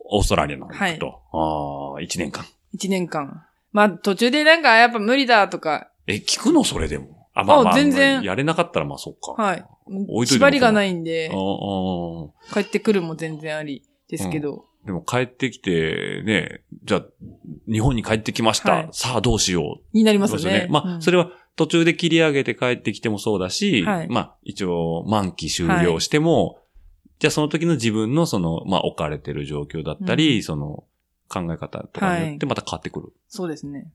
[SPEAKER 2] オーストラリアの方に行くと。ああ、1年間。
[SPEAKER 3] 一年間。まあ、途中でなんか、やっぱ無理だとか、
[SPEAKER 2] え、聞くのそれでも。あ、まあ、
[SPEAKER 3] あ
[SPEAKER 2] まあ、
[SPEAKER 3] 全然
[SPEAKER 2] やれなかったらまあそっか。
[SPEAKER 3] はい。
[SPEAKER 2] 置いといても
[SPEAKER 3] 縛りがないんで
[SPEAKER 2] ああ、、ああ
[SPEAKER 3] 帰ってくるも全然ありですけど。
[SPEAKER 2] でも帰ってきて、ね、じゃあ、日本に帰ってきました。
[SPEAKER 3] はい
[SPEAKER 2] さあどうしよう。
[SPEAKER 3] になりま
[SPEAKER 2] そう
[SPEAKER 3] すよ
[SPEAKER 2] ですよ
[SPEAKER 3] ね。
[SPEAKER 2] まあ、そ
[SPEAKER 3] れ
[SPEAKER 2] れは途中で切り上げて帰ってきてもそうだし、
[SPEAKER 3] はい
[SPEAKER 2] まあ、一応満期終了しても、じゃあその時の自分のその、まあ置かれてる状況だったり、その考え方とかによってまた変わってくる。
[SPEAKER 3] そうですね。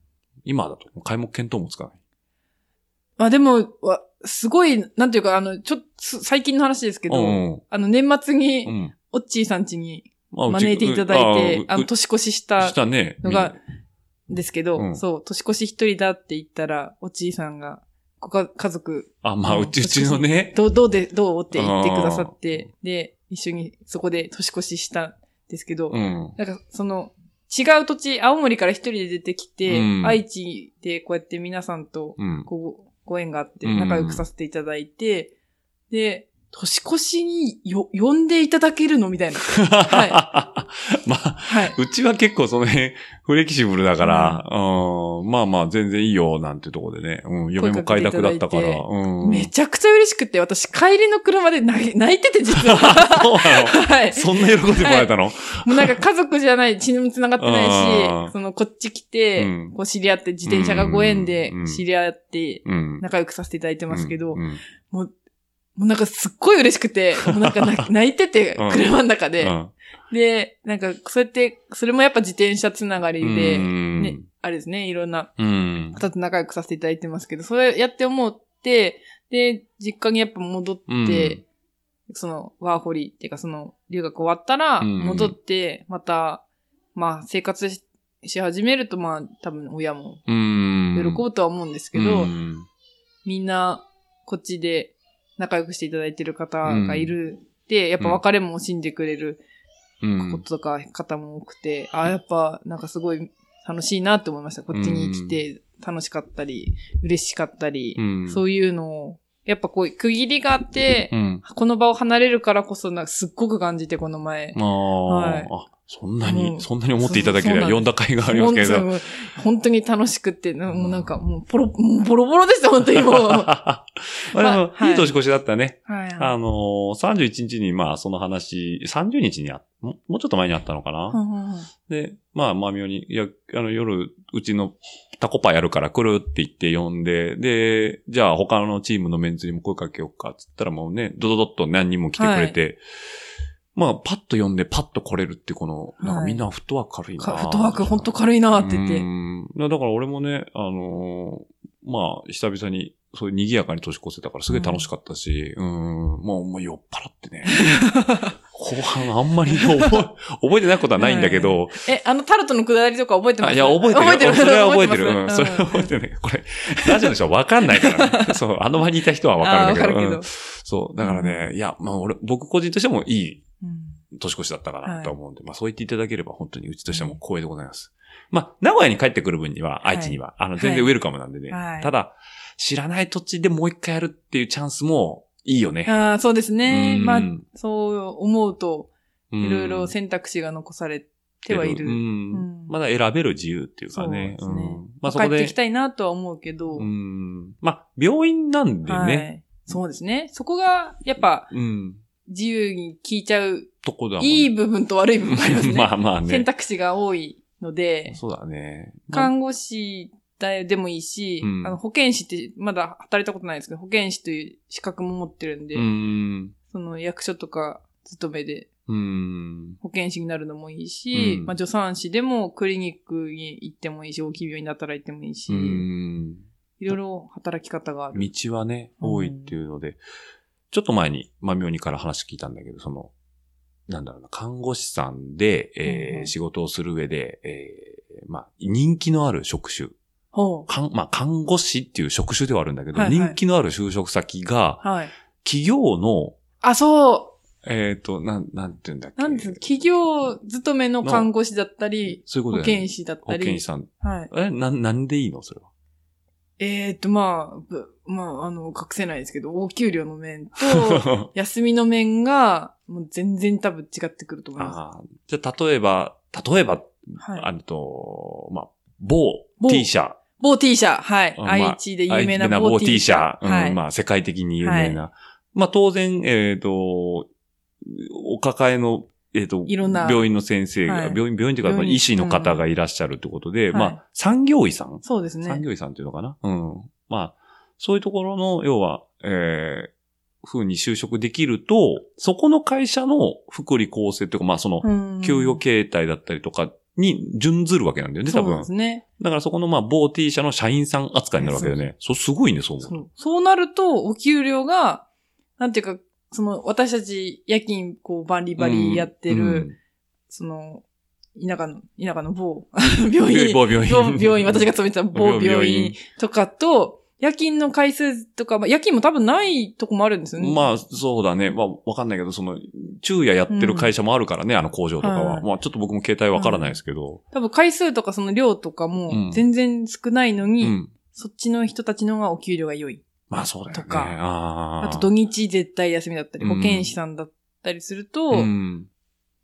[SPEAKER 2] 今だと、買い物検討もつかない。
[SPEAKER 3] まあでも、わすごい、なんていうか、あの、ちょっと、す最近の話ですけど、
[SPEAKER 2] うん
[SPEAKER 3] あの、年末
[SPEAKER 2] う
[SPEAKER 3] に、
[SPEAKER 2] ん。
[SPEAKER 3] オッチーさん家に
[SPEAKER 2] まあうち
[SPEAKER 3] 招いていただいて、
[SPEAKER 2] うん
[SPEAKER 3] あの、
[SPEAKER 2] う
[SPEAKER 3] 年越しした
[SPEAKER 2] したね。
[SPEAKER 3] のがんですけど、
[SPEAKER 2] うん
[SPEAKER 3] そう、年越し一人だって言ったら、オッチーさんが、ごか家族、
[SPEAKER 2] あ、まあ、
[SPEAKER 3] うん
[SPEAKER 2] うち、うちの ね。
[SPEAKER 3] どう、どうで、どうって言ってくださって、で、一緒にそこで年越ししたんですけど、
[SPEAKER 2] うん。
[SPEAKER 3] なんかその、違う土地、青森から一人で出てきて、
[SPEAKER 2] うん
[SPEAKER 3] 愛知でこうやって皆さんと
[SPEAKER 2] うん。
[SPEAKER 3] こうご縁があって、
[SPEAKER 2] うん
[SPEAKER 3] 仲良くさせていただいて、で、年越しによ、呼んでいただけるのみたいな。
[SPEAKER 2] はい。 まあ、
[SPEAKER 3] はい。
[SPEAKER 2] うちは結構その辺、フレキシブルだから、うん、まあまあ、全然いいよ、なんてとこでね。うん、嫁も快諾だったから。
[SPEAKER 3] 声かけていただいて
[SPEAKER 2] うん。
[SPEAKER 3] めちゃくちゃ嬉しくて、私帰りの車で泣い 泣いてて実 は。
[SPEAKER 2] そうなの
[SPEAKER 3] はい。
[SPEAKER 2] そんな喜んでもらえたの、
[SPEAKER 3] もうなんか家族じゃない、血に繋がってな
[SPEAKER 2] あ
[SPEAKER 3] い
[SPEAKER 2] ー
[SPEAKER 3] し、そのこっち来て、
[SPEAKER 2] うん
[SPEAKER 3] こう知り合って、自転車がご縁で
[SPEAKER 2] うん
[SPEAKER 3] 知り合って、
[SPEAKER 2] うん。
[SPEAKER 3] 仲良くさせていただいてますけど、
[SPEAKER 2] うん。
[SPEAKER 3] もうなんかすっごい嬉し くて、もうなんか泣泣いてて、
[SPEAKER 2] うん
[SPEAKER 3] 車の中で。
[SPEAKER 2] うん
[SPEAKER 3] で、なんかそうやって、それもやっぱ自転車つながりで、
[SPEAKER 2] うん
[SPEAKER 3] ね、あれですね、いろんな
[SPEAKER 2] うん。
[SPEAKER 3] 方と仲良くさせていただいてますけど、それやって思って、で、実家にやっぱ戻って、その、ワーホリっていうかその、留学終わったら、
[SPEAKER 2] うん
[SPEAKER 3] 戻って、また、まあ生活しし始めると、まあ多分親も
[SPEAKER 2] うん。
[SPEAKER 3] 喜ぶとは思うんですけ
[SPEAKER 2] う
[SPEAKER 3] ど、
[SPEAKER 2] ん
[SPEAKER 3] みんな、こっちで仲良くしていただいてる方がいる。で、やっぱ別れも惜しんでくれる
[SPEAKER 2] うん
[SPEAKER 3] こととか、方も多くて、あやっぱなんかすごい楽しいなって思いました。こっちに来て楽しかったり、嬉しかったり、
[SPEAKER 2] うん。
[SPEAKER 3] そういうのを、やっぱこう区切りがあって、
[SPEAKER 2] うん。
[SPEAKER 3] この場を離れるからこそ、なんかすっごく感じて、この前。
[SPEAKER 2] ああ、
[SPEAKER 3] はい
[SPEAKER 2] あ、そんな
[SPEAKER 3] う
[SPEAKER 2] に、
[SPEAKER 3] ん
[SPEAKER 2] そんなに思っていただければ
[SPEAKER 3] そう
[SPEAKER 2] 呼んだ甲斐がありますけれど。
[SPEAKER 3] 本当に本当に楽しくって、なもうなんかもうポロ、もうボロボロでした、本当にもう。は
[SPEAKER 2] まあでも
[SPEAKER 3] はい
[SPEAKER 2] いい年越しだったね。
[SPEAKER 3] い
[SPEAKER 2] あのー、31日に、まあ、その話、30日にあ、ももうちょっと前にあったのかな、
[SPEAKER 3] うんうんうん
[SPEAKER 2] で、まあ、まあ、妙に、いや、あの、夜、うちのタコパやるから来るって言って呼んで、で、じゃあ他のチームのメンツにも声かけようかっつったらもうね、ドドドッと何人も来てくれて、まあ、パッと呼んで、パッと来れるって、この、なんかみんなフットワーク軽いな、
[SPEAKER 3] かフットワークほんと軽いなって言って。
[SPEAKER 2] うんだから俺もね、あのーまあ、久々に、そういう賑やかに年越せたからすごい楽しかったし、うん、もう、もう酔っ払ってね。 後半あんまり覚え、覚えてないことはないんだけど、
[SPEAKER 3] え、あのタルトのくだりとか覚えてま
[SPEAKER 2] あ
[SPEAKER 3] す
[SPEAKER 2] いや、覚えてる。
[SPEAKER 3] 覚えてる。
[SPEAKER 2] それは覚えてる。うん、
[SPEAKER 3] ます
[SPEAKER 2] それは覚えてる。これ、ラジオの人はわかんないから ね。そう、あの場にいた人はわかるんだけ
[SPEAKER 3] あーわ
[SPEAKER 2] ど。
[SPEAKER 3] かるけど
[SPEAKER 2] うんそう、だからね、いや、まあ俺、僕個人としてもいい
[SPEAKER 3] うん
[SPEAKER 2] 年越しだったか
[SPEAKER 3] は
[SPEAKER 2] ないと思うんで、まあそう言っていただければ本当にうちとしても光栄でございます。まあ、名古屋に帰ってくる分には、
[SPEAKER 3] はい
[SPEAKER 2] 愛知には、あの、全然ウェルカムなんでね。
[SPEAKER 3] はい
[SPEAKER 2] ただ、知らない土地でもう一回やるっていうチャンスもいいよね。
[SPEAKER 3] ああ、そうですね。
[SPEAKER 2] うん
[SPEAKER 3] まあ、そう思うと、
[SPEAKER 2] うん
[SPEAKER 3] いろいろ選択肢が残されてはい
[SPEAKER 2] うん
[SPEAKER 3] る。うん
[SPEAKER 2] まだ選べる自由っていうかね。
[SPEAKER 3] そうですね
[SPEAKER 2] んまあそ
[SPEAKER 3] 帰
[SPEAKER 2] こ
[SPEAKER 3] って
[SPEAKER 2] で
[SPEAKER 3] き、たいなとは思うけど
[SPEAKER 2] う。ん。まあ、病院なんでね。
[SPEAKER 3] はい。そうですね。そこが、やっぱ、
[SPEAKER 2] うん。
[SPEAKER 3] 自由に聞いちゃう、
[SPEAKER 2] とこだもん
[SPEAKER 3] いい部分と悪い部分があります ね。
[SPEAKER 2] まあまあね。
[SPEAKER 3] 選択肢が多いので、
[SPEAKER 2] そうだね。まあ
[SPEAKER 3] 看護師だでもいいし、
[SPEAKER 2] うん
[SPEAKER 3] あの保健師ってまだ働いたことないんですけど、保健師という資格も持ってるんで、
[SPEAKER 2] うん。
[SPEAKER 3] その役所とか勤めで
[SPEAKER 2] うん。
[SPEAKER 3] 保健師になるのもいいし、
[SPEAKER 2] うん
[SPEAKER 3] まあ助産師でもクリニックに行ってもいいし、大きい病院で働いてもいいし、
[SPEAKER 2] うん。
[SPEAKER 3] いろいろ働き方がある。
[SPEAKER 2] 道はね、多いっていうので、ちょっと前に、まあ、妙にから話聞いたんだけど、その、なんだろうな、看護師さんで、えー
[SPEAKER 3] うんうん
[SPEAKER 2] 仕事をする上で、えーまあ、人気のある職種、
[SPEAKER 3] ほ
[SPEAKER 2] 看まあ、看護師っていう職種ではあるんだけど、
[SPEAKER 3] はいはい
[SPEAKER 2] 人気のある就職先が
[SPEAKER 3] う。、はい。
[SPEAKER 2] 企業の、
[SPEAKER 3] あ、そ
[SPEAKER 2] えっ、と、なん、なんて言うんだっ
[SPEAKER 3] う。
[SPEAKER 2] け。
[SPEAKER 3] なんです企業勤めの看護師だったり、
[SPEAKER 2] そういうこと
[SPEAKER 3] 保
[SPEAKER 2] だよね
[SPEAKER 3] 健師だった
[SPEAKER 2] 保健
[SPEAKER 3] り
[SPEAKER 2] 師。さん。
[SPEAKER 3] はい。
[SPEAKER 2] え、な、なんでいいのそれは。
[SPEAKER 3] えーっと、まあ、ぶまあ、あの、隠せないですけど、お給料の面 と、休みの面が、もう全然多分違ってくると思いま
[SPEAKER 2] ああじゃあ、例えば、例えば、
[SPEAKER 3] す。は
[SPEAKER 2] あ
[SPEAKER 3] い。
[SPEAKER 2] のと、まあ、某
[SPEAKER 3] 某
[SPEAKER 2] T 社。
[SPEAKER 3] 某 T 社、はい。
[SPEAKER 2] うんまあ
[SPEAKER 3] 愛知で有名な某
[SPEAKER 2] 某
[SPEAKER 3] T
[SPEAKER 2] T
[SPEAKER 3] 社
[SPEAKER 2] 社。。
[SPEAKER 3] は
[SPEAKER 2] うん
[SPEAKER 3] い。
[SPEAKER 2] まあ、世界的に有名な。まあ、当然、えっ、と、お抱えの、えっ、と、
[SPEAKER 3] いろんな
[SPEAKER 2] 病院の先生が、
[SPEAKER 3] はい
[SPEAKER 2] 病院、病院というか、まあ
[SPEAKER 3] 病院
[SPEAKER 2] 医師の方がいらっしゃるということで、
[SPEAKER 3] うん
[SPEAKER 2] ま
[SPEAKER 3] はい
[SPEAKER 2] あ、産業医さん、
[SPEAKER 3] そうですね
[SPEAKER 2] 産。業医さんっていうのかなうん。まあ、そういうところの、要は、えー、風に就職できると、そこの会社の福利厚生というか、まあ、その、
[SPEAKER 3] うん
[SPEAKER 2] 給与形態だったりとかに準ずるわけなんだよね、多
[SPEAKER 3] そう
[SPEAKER 2] 分。
[SPEAKER 3] ですね。
[SPEAKER 2] だからそこのまあ、某 T 社の社員さん扱いになるわけだよね。そう、すごいね、そう思う
[SPEAKER 3] そ
[SPEAKER 2] と。
[SPEAKER 3] うそうなると、お給料が、なんていうか、その、私たち夜勤、こう、バリバリやってる、
[SPEAKER 2] うん
[SPEAKER 3] その、田舎の、田舎の某 病
[SPEAKER 2] 病院
[SPEAKER 3] 院、
[SPEAKER 2] 某病
[SPEAKER 3] 某
[SPEAKER 2] 院。
[SPEAKER 3] 病院、私が勤めてた 某病院。とかと、夜勤の回数とか、まあ、夜勤も多分ないとこもあるんですよね。
[SPEAKER 2] まあ、そうだね。まあ、わかんないけど、その、昼夜やってる会社もあるからね、あの工場とか
[SPEAKER 3] は
[SPEAKER 2] は。
[SPEAKER 3] い
[SPEAKER 2] まあ、ちょっと僕も携帯わからないですけど。
[SPEAKER 3] 多分回数とかその量とか
[SPEAKER 2] う
[SPEAKER 3] も
[SPEAKER 2] ん
[SPEAKER 3] 全然少ないの
[SPEAKER 2] う
[SPEAKER 3] に、
[SPEAKER 2] ん。
[SPEAKER 3] そっちの人たちの方がお給料が良い。
[SPEAKER 2] まあ、そうだよね。
[SPEAKER 3] とか
[SPEAKER 2] あ
[SPEAKER 3] あ
[SPEAKER 2] ー
[SPEAKER 3] と土日絶対休みだったり、
[SPEAKER 2] うん
[SPEAKER 3] 保健師さんだったりすると、
[SPEAKER 2] うん。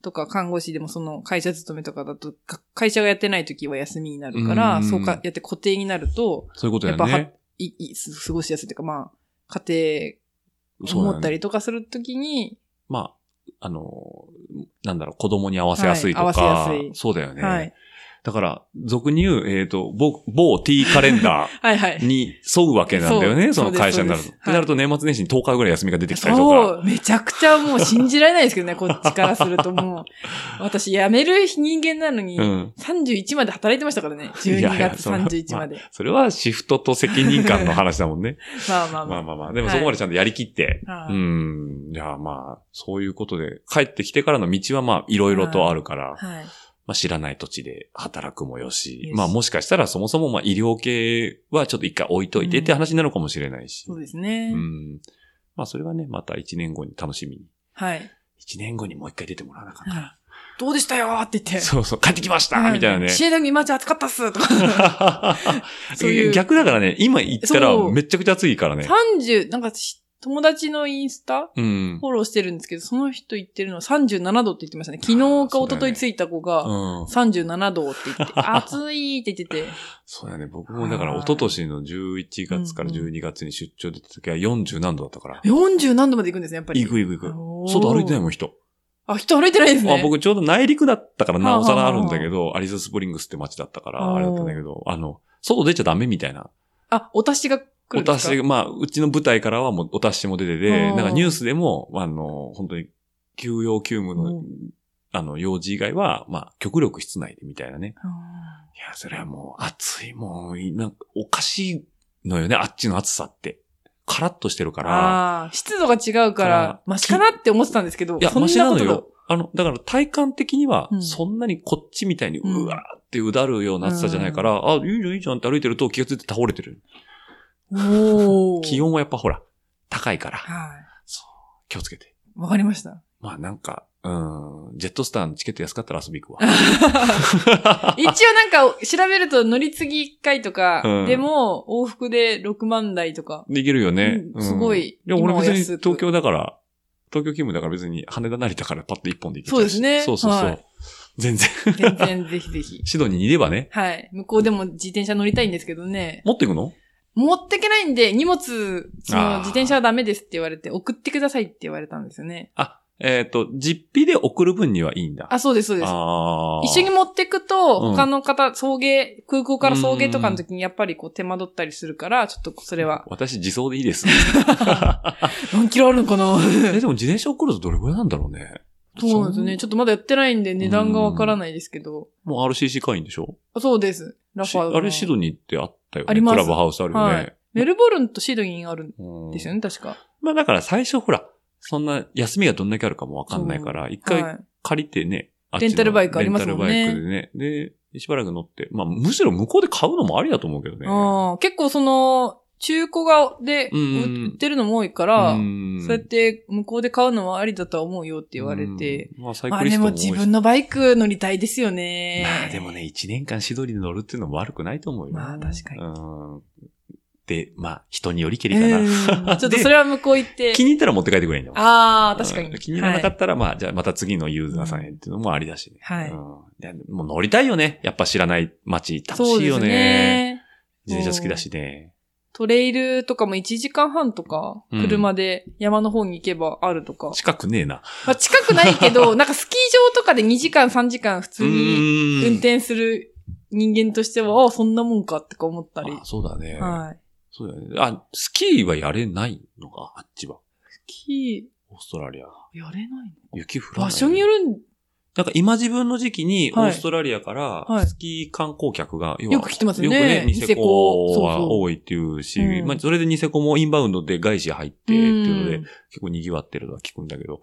[SPEAKER 3] とか看護師でもその会社勤めとかだと、か会社がやってない時は休みになるから、
[SPEAKER 2] うん
[SPEAKER 3] そうか、やって固定になると、
[SPEAKER 2] そういうことだ
[SPEAKER 3] やっぱ
[SPEAKER 2] よ
[SPEAKER 3] は
[SPEAKER 2] ね。
[SPEAKER 3] いいす過ごしやすいというか、まあ、家庭
[SPEAKER 2] そうだ
[SPEAKER 3] を
[SPEAKER 2] よね
[SPEAKER 3] 持ったりとかするときに、
[SPEAKER 2] まあ、あの、なんだろう、子供に合わせやすいと
[SPEAKER 3] はい合わ
[SPEAKER 2] か
[SPEAKER 3] せやすい。
[SPEAKER 2] そうだよね。
[SPEAKER 3] はい。
[SPEAKER 2] だから、俗に言う、えっ、と、某、某 T カレンダ
[SPEAKER 3] はいはい
[SPEAKER 2] ー。に沿うわけなんだよ
[SPEAKER 3] そう
[SPEAKER 2] ね、その
[SPEAKER 3] そうです
[SPEAKER 2] 会社になると。
[SPEAKER 3] そう
[SPEAKER 2] っ
[SPEAKER 3] です
[SPEAKER 2] てなると年末年始に10日ぐらい休みが出てきたりと
[SPEAKER 3] そ
[SPEAKER 2] か。
[SPEAKER 3] う、めちゃくちゃもう信じられないです けどね、こっちからするともう。私、辞める人間なのに、
[SPEAKER 2] うん。
[SPEAKER 3] 31まで働いてましたからね、
[SPEAKER 2] いや
[SPEAKER 3] 12
[SPEAKER 2] いや
[SPEAKER 3] 月
[SPEAKER 2] そんな
[SPEAKER 3] 31まで。
[SPEAKER 2] それはシフトと責任感の話だもんね。
[SPEAKER 3] ま あまあま
[SPEAKER 2] まあ
[SPEAKER 3] あ。
[SPEAKER 2] まあまあ。でもそこまでちゃんとやりきって。
[SPEAKER 3] は
[SPEAKER 2] う
[SPEAKER 3] い
[SPEAKER 2] ん。じゃあまあ、そういうことで、帰ってきてからの道はまあ、いろいろとあるから、
[SPEAKER 3] はい。
[SPEAKER 2] まあ知らない土地で働くもよし
[SPEAKER 3] よ、し
[SPEAKER 2] まあもしかしたらそもそもまあ医療系はちょっと一回置いといてって話になるかもしれないし。
[SPEAKER 3] そうですね。
[SPEAKER 2] うん。まあそれはね、また1年後に楽しみに。
[SPEAKER 3] はい。
[SPEAKER 2] 1年後にもう一回出てもらわなかった
[SPEAKER 3] はいどうでしたよーって言って。
[SPEAKER 2] そうそう、帰ってきました
[SPEAKER 3] うん
[SPEAKER 2] みたいなね。
[SPEAKER 3] 試合だけ今じゃ暑かったっ すとか。 そういう
[SPEAKER 2] 逆だからね、今行ったら
[SPEAKER 3] そう
[SPEAKER 2] めちゃくちゃ暑いからね。
[SPEAKER 3] 30、なんかし友達のインスタ
[SPEAKER 2] うん。
[SPEAKER 3] フォローしてるんですけど、その人言ってるのは37度って言ってましたね。昨日か
[SPEAKER 2] そう
[SPEAKER 3] 一
[SPEAKER 2] だよ
[SPEAKER 3] 昨
[SPEAKER 2] ね
[SPEAKER 3] 日着いた子が、
[SPEAKER 2] うん。
[SPEAKER 3] 37度って言って、暑いって言ってて。
[SPEAKER 2] そうだね。僕もだから一昨年の11月から12月に出張出た時は40何度だったから。
[SPEAKER 3] 40何度まで行くんですね、やっぱり。
[SPEAKER 2] 行く行く行
[SPEAKER 3] お
[SPEAKER 2] く。
[SPEAKER 3] ー
[SPEAKER 2] 外歩いてないもん人。
[SPEAKER 3] あ、人歩いてないですね。
[SPEAKER 2] あ僕ちょうど内陸だったからなおさらあるんだけ
[SPEAKER 3] は
[SPEAKER 2] ど、アリススプリングスって街だったか
[SPEAKER 3] あ
[SPEAKER 2] ら、
[SPEAKER 3] ー
[SPEAKER 2] あれだったんだけど、あの、外出ちゃダメみたいな。
[SPEAKER 3] あ、お達しが来る
[SPEAKER 2] お
[SPEAKER 3] んです
[SPEAKER 2] 達
[SPEAKER 3] か
[SPEAKER 2] し、まあ、うちの舞台からはもうお達しも出てて、
[SPEAKER 3] うん
[SPEAKER 2] なんかニュースでも、あの、本当に、休養休務の、
[SPEAKER 3] うん
[SPEAKER 2] あの、用事以外は、まあ、極力室内でみたいなね。
[SPEAKER 3] あ
[SPEAKER 2] いや、それはもう、暑い、もう、なんか、おかしいのよね、あっちの暑さって。カラッとしてるから。
[SPEAKER 3] あー、湿度が違うか
[SPEAKER 2] から
[SPEAKER 3] ら、マシかなって思ってたんですけど、
[SPEAKER 2] いや、
[SPEAKER 3] そん
[SPEAKER 2] マシ
[SPEAKER 3] な
[SPEAKER 2] な
[SPEAKER 3] こ
[SPEAKER 2] の
[SPEAKER 3] とだ
[SPEAKER 2] よ。。あの、だから体感的には
[SPEAKER 3] う、ん
[SPEAKER 2] そんなにこっちみたいに、
[SPEAKER 3] うん
[SPEAKER 2] うわーってうだるような暑さじゃないから、あ、いいじゃん、いいじゃんって歩いてると気がついて倒れてる。
[SPEAKER 3] おー
[SPEAKER 2] 気。温はやっぱほら、高いから、
[SPEAKER 3] は
[SPEAKER 2] 気をつけて。
[SPEAKER 3] い。わかりました。
[SPEAKER 2] まあなんか、うん、ジェットスターのチケット安かったら遊び行くわ。
[SPEAKER 3] 一応なんか調べると乗り継ぎ1回とか
[SPEAKER 2] うん、
[SPEAKER 3] でも往復で6万台とか。
[SPEAKER 2] できるよね。
[SPEAKER 3] うんすごい
[SPEAKER 2] うんいや、俺
[SPEAKER 3] 今は
[SPEAKER 2] 別に
[SPEAKER 3] 安く
[SPEAKER 2] 東京だから、東京勤務だから別に羽田成田からパッと一本で行けちゃし
[SPEAKER 3] そうですね
[SPEAKER 2] そうそうそう。
[SPEAKER 3] はい
[SPEAKER 2] 全然。
[SPEAKER 3] 全然ぜひぜひ。
[SPEAKER 2] シドニーにいればね、
[SPEAKER 3] はい。向こうでも自転車乗りたいんですけどね。
[SPEAKER 2] 持っていくの
[SPEAKER 3] 持ってけないんで、荷物、そ
[SPEAKER 2] あー
[SPEAKER 3] の自転車はダメですって言われて、送ってくださいって言われたんですよね。
[SPEAKER 2] あ、えっ、と、実費で送る分にはいいんだ。
[SPEAKER 3] あ、そうです、そうです。
[SPEAKER 2] ああ。
[SPEAKER 3] 一緒に持ってくと、
[SPEAKER 2] うん
[SPEAKER 3] 他の方、送迎、空港から送迎とかの時にやっぱりこう手間取ったりするから、ちょっとそれは。
[SPEAKER 2] 私自走でいい です。
[SPEAKER 3] 何キロあるのかな
[SPEAKER 2] え、でも自転車送るとどれぐらいなんだろうね。
[SPEAKER 3] そうなんですよね。
[SPEAKER 2] そ
[SPEAKER 3] ちょっとまだやってないんで値段がわからないですけど。
[SPEAKER 2] ん。もう RCC 会員でしょ
[SPEAKER 3] あそうです。ラフ
[SPEAKER 2] し
[SPEAKER 3] ァーズの
[SPEAKER 2] あれシドニーってあったよね。
[SPEAKER 3] あります
[SPEAKER 2] クラブハウスあるよね。
[SPEAKER 3] はいメルボルンとシドニーがあるん
[SPEAKER 2] うん
[SPEAKER 3] ですよね、確か。
[SPEAKER 2] まあだから最初ほら、そんな休みがどんだけあるかもわかんないから、一
[SPEAKER 3] は
[SPEAKER 2] 回
[SPEAKER 3] い
[SPEAKER 2] 借りてね、あっちの
[SPEAKER 3] レンタルバイクありますもんね
[SPEAKER 2] レンタルバイクでね。で、しばらく乗って。まあむしろ向こうで買うのもありだと思うけどね。
[SPEAKER 3] あー結構その、中古がで
[SPEAKER 2] うん
[SPEAKER 3] 売ってるのも多いから、
[SPEAKER 2] ん
[SPEAKER 3] そうやって向こうで買うのはありだとは思うよって言われて。。
[SPEAKER 2] うんまあサイ
[SPEAKER 3] ま
[SPEAKER 2] ク
[SPEAKER 3] あ
[SPEAKER 2] リス
[SPEAKER 3] で
[SPEAKER 2] トも多
[SPEAKER 3] も
[SPEAKER 2] いし
[SPEAKER 3] 自分のバイク乗りたいですよね。
[SPEAKER 2] まあでもね、一年間シドニーで乗るっていうのも悪くないと思うよ。
[SPEAKER 3] まあ確かに
[SPEAKER 2] うん。で、まあ、人によりけ
[SPEAKER 3] う
[SPEAKER 2] りかな。
[SPEAKER 3] んちょっとそれは向こう行って。
[SPEAKER 2] 気に入ったら持って帰ってくれんの。
[SPEAKER 3] ああ、確か
[SPEAKER 2] うん
[SPEAKER 3] に。
[SPEAKER 2] 気に入らなか
[SPEAKER 3] は
[SPEAKER 2] ったら、まあ、じゃあまた次のユーザーさんへっていうのもありだしね。
[SPEAKER 3] はい
[SPEAKER 2] うんやもう乗りたいよね。やっぱ知らない街、
[SPEAKER 3] い
[SPEAKER 2] 楽
[SPEAKER 3] そう
[SPEAKER 2] しい
[SPEAKER 3] で
[SPEAKER 2] よ
[SPEAKER 3] す
[SPEAKER 2] ね。
[SPEAKER 3] ね。
[SPEAKER 2] 自転車好きだしね。
[SPEAKER 3] トレイルとかも1時間半とか、
[SPEAKER 2] うん
[SPEAKER 3] 車で山の方に行けばあるとか。
[SPEAKER 2] 近くねえな。
[SPEAKER 3] まあ、近くないけど、なんかスキー場とかで2時間3時間普通に運
[SPEAKER 2] 運
[SPEAKER 3] 転する人間としては、ああ、そんなもんかってか思ったり。
[SPEAKER 2] あ、そうだね。
[SPEAKER 3] はい。
[SPEAKER 2] そうだね。あ、スキーはやれないのか、あっちは。
[SPEAKER 3] スキ
[SPEAKER 2] オーストラリア。
[SPEAKER 3] ー、やれない
[SPEAKER 2] 雪降ら
[SPEAKER 3] の
[SPEAKER 2] ない。
[SPEAKER 3] 場所によるん、
[SPEAKER 2] なんか今自分の時期にオ
[SPEAKER 3] はい
[SPEAKER 2] ーストラリアか
[SPEAKER 3] は
[SPEAKER 2] ら
[SPEAKER 3] い
[SPEAKER 2] スキー観光客が、要は
[SPEAKER 3] よく来てますよね。
[SPEAKER 2] よくね、ニセコ
[SPEAKER 3] そう
[SPEAKER 2] は
[SPEAKER 3] そう
[SPEAKER 2] 多いっていうし、
[SPEAKER 3] うん
[SPEAKER 2] まあ、それでニセコもインバウンドで外資入ってっていうので、
[SPEAKER 3] うん
[SPEAKER 2] 結構賑わってるのは聞くんだけど、